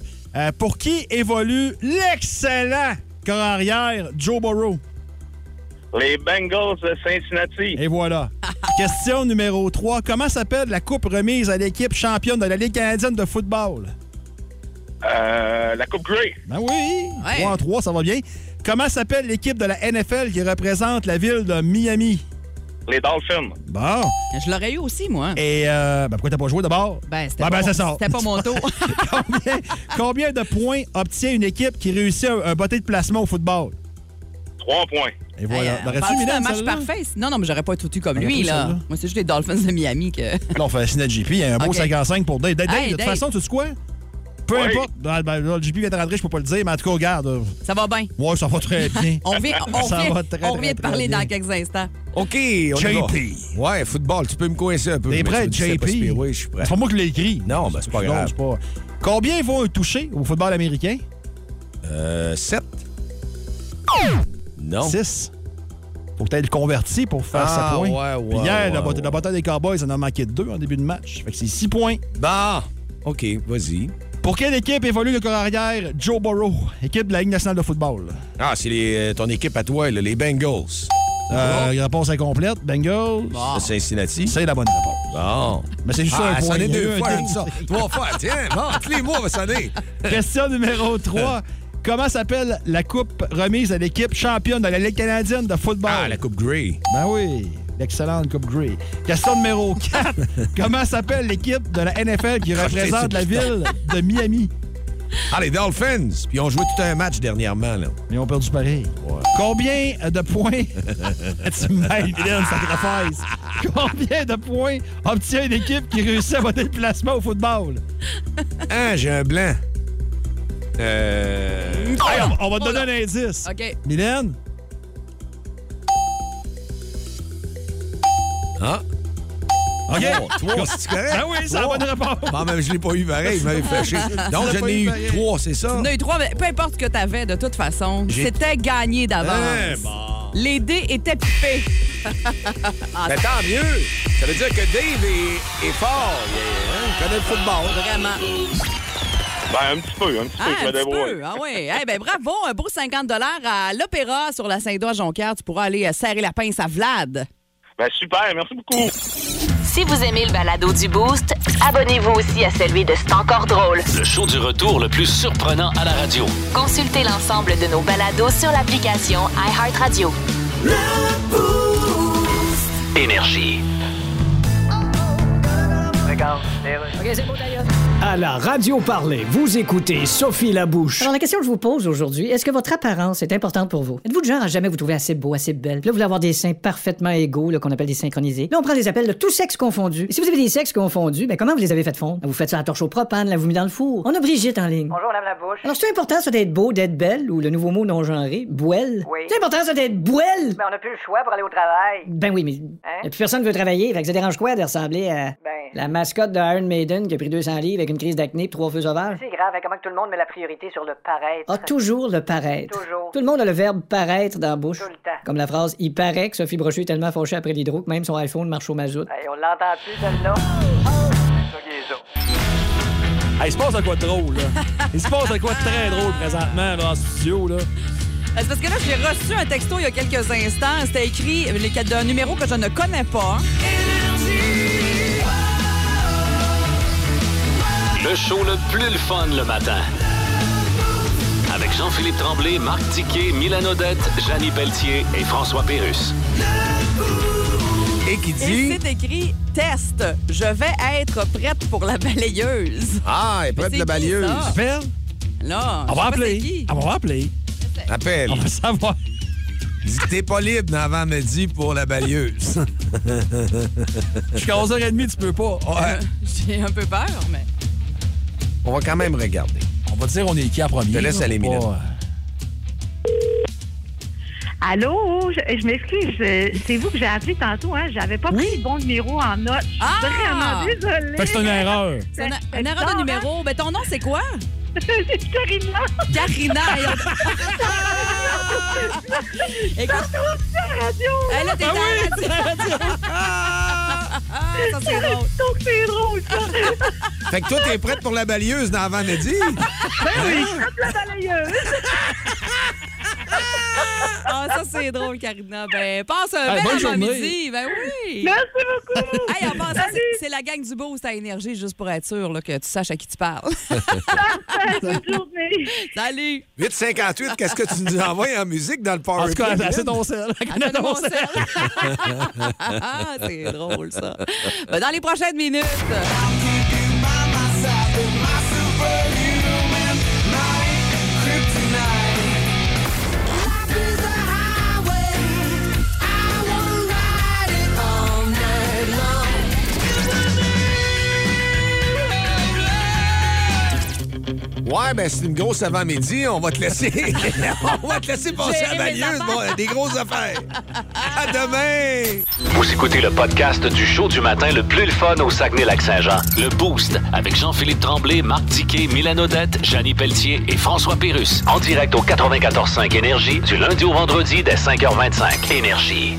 S3: pour qui évolue l'excellent corps arrière Joe Burrow?
S13: Les Bengals de Cincinnati.
S3: Et voilà. question numéro 3. Comment s'appelle la coupe remise à l'équipe championne de la Ligue canadienne de football?
S13: Euh, la Coupe Grey.
S3: Ben oui! 3 en 3, ça va bien. Comment s'appelle l'équipe de la NFL qui représente la ville de Miami?
S13: Les Dolphins.
S3: Bon.
S2: Je l'aurais eu aussi, moi.
S3: Et euh, ben pourquoi t'as pas joué d'abord?
S2: Ben, c'était
S3: Ben,
S2: pas,
S3: ben,
S2: mon-
S3: c'est ça.
S2: c'était pas mon tour.
S3: combien, combien de points obtient une équipe qui réussit un, un botté de placement au football?
S13: 3 points.
S3: Et voilà.
S2: On
S3: L'aurais-tu,
S2: parle-tu
S3: Mylène,
S2: d'un match
S3: celle-là?
S2: parfait? Non, non, mais j'aurais pas tout eu comme
S3: J'aurais
S2: lui,
S3: pris
S2: là.
S3: celle-là.
S2: Moi, c'est juste les Dolphins de Miami que.
S3: Non, on fait signer le JP. Il y a un beau
S2: Ok.
S3: 55 pour Dave. Dave, Dave,
S2: Hey,
S3: de toute
S2: Dave.
S3: façon, tu sais quoi? Peu
S2: Oui.
S3: importe. Ben, ben, là, le JP vient de rentrer, je peux pas le dire, mais en tout cas, regarde. euh,
S2: Ça va bien.
S3: Ouais, ça va très bien.
S2: On vient, on
S3: Ça
S2: vient-
S3: va très,
S2: on
S3: très,
S2: vient de
S3: très
S2: parler
S3: bien.
S2: dans quelques instants.
S1: OK, on y
S3: JP.
S1: va. Ouais, football, tu peux me coincer un peu.
S3: T'es
S1: mais
S3: prêt,
S1: tu me dis c'est
S3: JP?
S1: pas si pire. Oui, je suis prêt.
S3: C'est pas moi qui l'ai écrit.
S1: Non, ben, c'est pas
S3: Non,
S1: grave.
S3: c'est pas... Combien vaut un toucher au football américain?
S1: Euh, 7. Non.
S3: 6. Faut peut-être le convertir pour faire
S1: Ah,
S3: 7 points.
S1: ouais,
S3: Puis
S1: ouais,
S3: hier,
S1: ouais,
S3: le, bot-
S1: ouais.
S3: le botteur des Cowboys en a manqué 2 en début de match. Fait que c'est 6 points.
S1: Bah, OK, vas-y.
S3: Pour quelle équipe évolue le corps arrière Joe Burrow, équipe de la Ligue nationale de football?
S1: Ah, c'est les, euh, ton équipe à toi, là, les Bengals.
S3: Euh,
S1: Ah.
S3: Réponse incomplète, Bengals.
S1: De Cincinnati.
S3: C'est la bonne réponse.
S1: Bon.
S3: Mais c'est Bah. juste
S1: ah,
S3: un
S1: ça
S3: point.
S1: en est
S3: Il y a eu
S1: deux
S3: un Oh.
S1: fois,
S3: ding.
S1: j'aime ça. Trois fois, tiens, bon, tous les mois, ça en est.
S3: Question numéro 3. Comment s'appelle la coupe remise à l'équipe championne de la Ligue canadienne de football? Ah, la
S1: Coupe Grey.
S3: Ben oui, l'excellente Coupe Grey. Question numéro 4. Comment s'appelle l'équipe de la NFL qui
S1: Crotté sur
S3: représente
S1: le
S3: la ville de Miami?
S1: Ah, les Dolphins. Puis ils ont joué tout un match dernièrement, là.
S3: Mais ils ont perdu pareil. Combien de points... tu m'aides, Mylène, sacrifice. Combien de points obtient une équipe qui réussit à voter le placement au football?
S1: Ah, j'ai un blanc. Euh.
S3: Hey, on, on va te donner un indice.
S2: OK.
S3: Mylène?
S1: Ah.
S3: OK.
S1: Trois, trois, c'est correct?
S3: Ben oui, c'est la
S1: Trois.
S3: bonne réponse.
S1: Bon, même je l'ai pas eu pareil, il m'avait flashé. Donc,
S3: Tu l'as
S1: j'en
S3: pas
S1: ai
S3: eu
S1: eu
S3: pareil.
S1: trois, c'est ça?
S2: On a eu trois, mais peu importe ce que t'avais, de toute façon,
S1: J'ai-
S2: c'était gagné d'avance.
S1: Eh, bon.
S2: Les dés étaient pipés. Ah,
S1: Mais tant mieux! Ça veut dire que Dave est, est fort. Il est- hein, il connaît le football.
S2: Vraiment.
S13: Ben, un petit peu, un petit peu, je
S2: Ah,
S13: me
S2: un petit
S13: débrouille.
S2: peu. Ah oui. Eh ben, bravo, un beau 50 à l'Opéra sur la Saint-Dois à Jonquière. Tu pourras aller euh, serrer la pince à Vlad. Euh,
S13: Ben, super, merci beaucoup.
S4: Si vous aimez le balado du Boost, abonnez-vous aussi à celui de C'est encore drôle.
S5: Le show du retour le plus surprenant à la radio.
S4: Consultez l'ensemble de nos balados sur l'application iHeartRadio.
S5: Énergie.
S6: À la radio parler, vous écoutez Sophie Labouche.
S7: Alors, la question que je vous pose aujourd'hui, est-ce que votre apparence est importante pour vous? Êtes-vous du genre à jamais vous trouver assez beau, assez belle? Puis là, vous voulez avoir des seins parfaitement égaux, là, qu'on appelle des synchronisés. Là, on prend des appels de tous sexes confondus. Et si vous avez des sexes confondus, ben, comment vous les avez fait fondre? Ben, vous faites ça à la torche au propane, la vous mis dans le four. On a Brigitte en ligne.
S9: Bonjour, Madame Labouche.
S7: Alors, c'est important, ça, d'être beau, d'être belle, ou le nouveau mot non-genré, bouelle?
S9: Oui.
S7: C'est important, ça, d'être bouelle?
S8: Ben,
S9: Mais on n'a plus le choix pour aller au travail.
S7: Ben oui, mais
S9: Hein?
S7: y a plus personne veut travailler, fait que ça dérange quoi de ressembler à
S9: Ben.
S7: la mascotte de Iron Maiden qui a pris 200 livres avec une crise d'acné et trois feux sauvages?
S9: C'est grave, hein, comment que tout le monde met la priorité sur le paraître.
S7: Ah, toujours le paraître.
S9: Toujours.
S7: Tout le monde a le verbe paraître dans la bouche.
S9: Tout le temps.
S7: Comme la phrase Il paraît que Sophie Brochu est tellement fauchée après l'hydro que même son iPhone marche au mazout.
S9: Hey, Ben, on l'entend plus, celle-là.
S3: Hey, il se passe de quoi de drôle, là. Il se passe de quoi de très drôle présentement, là, en studio, là.
S2: Euh, C'est parce que là, j'ai reçu un texto il y a quelques instants. C'était écrit euh, les- d'un numéro que je ne connais pas.
S5: Le show le plus le fun le matin. Avec Jean-Philippe Tremblay, Marc Tiquet, Milan Odette, Janine Pelletier et François Pérus.
S1: Et qui
S2: Et
S1: dit.
S2: c'est écrit test. Je vais être prête pour la balayeuse.
S1: Ah, elle est prête
S2: Mais
S1: de la
S2: c'est qui,
S1: balieuse.
S2: ça?
S3: Appelle.
S2: Là,
S3: On
S2: je sais
S3: va
S2: pas
S3: appeler.
S2: c'est qui.
S3: On va appeler.
S1: Appelle. On va
S3: savoir.
S1: Dis que t'es pas libre avant midi pour la balieuse.
S3: Jusqu'à 11h30, tu peux pas.
S1: Ouais.
S2: J'ai un peu peur, mais.
S1: On va quand même regarder.
S3: On va dire on est qui en premier.
S1: Je te laisse
S3: là,
S1: aller,
S3: pour pas-
S1: Mylène.
S16: Allô, je, je m'excuse, je- c'est vous que j'ai appelé tantôt, hein? J'avais pas pris le bon numéro en note. Je suis
S2: Ah!
S16: vraiment désolée.
S2: Fait que c'est une
S3: erreur.
S2: C'est une,
S16: C'est
S2: une erreur
S16: bizarre,
S2: de numéro. Ben, ton nom, c'est quoi?
S16: c'est Karina.
S2: Karina. et on- Écoute. Hey, là, t'es
S16: Ah
S2: dans la
S16: oui,
S2: radio. Ah, ça, c'est drôle.
S16: Donc, c'est drôle, ça.
S1: Fait que toi, t'es prête pour la balieuse dans avant midi?
S16: Ben oui, je frappe la balayeuse.
S2: Ah, ça, c'est drôle, Karina. Ben, passe un
S16: Ah,
S3: Hey, bonne
S2: bel
S3: journée.
S2: avant-midi. Ben oui.
S16: Merci beaucoup.
S2: Hey, en passant, c'est- c'est la gang du beau, ta énergie, juste pour être sûr là, que tu saches à qui tu parles.
S16: Bonne journée.
S2: Salut.
S1: 8,58, qu'est-ce que tu nous envoies en musique dans le
S3: En
S1: power
S3: tout cas,
S1: Play,
S3: assez
S1: Mylène?
S3: ton sel.
S2: Anna de Moncel. Ah, c'est drôle, ça. Ben, dans les prochaines minutes.
S1: Ouais, ben c'est une grosse avant-midi. On va te laisser. on va te laisser passer à la balieuse. bon, des grosses affaires. À demain!
S5: Vous écoutez le podcast du show du matin le plus le fun au Saguenay-Lac-Saint-Jean. Le Boost avec Jean-Philippe Tremblay, Marc Tiquet, Milan Odette, Janine Pelletier et François Pérus. En direct au 94.5 Énergie du lundi au vendredi dès 5h25. Énergie.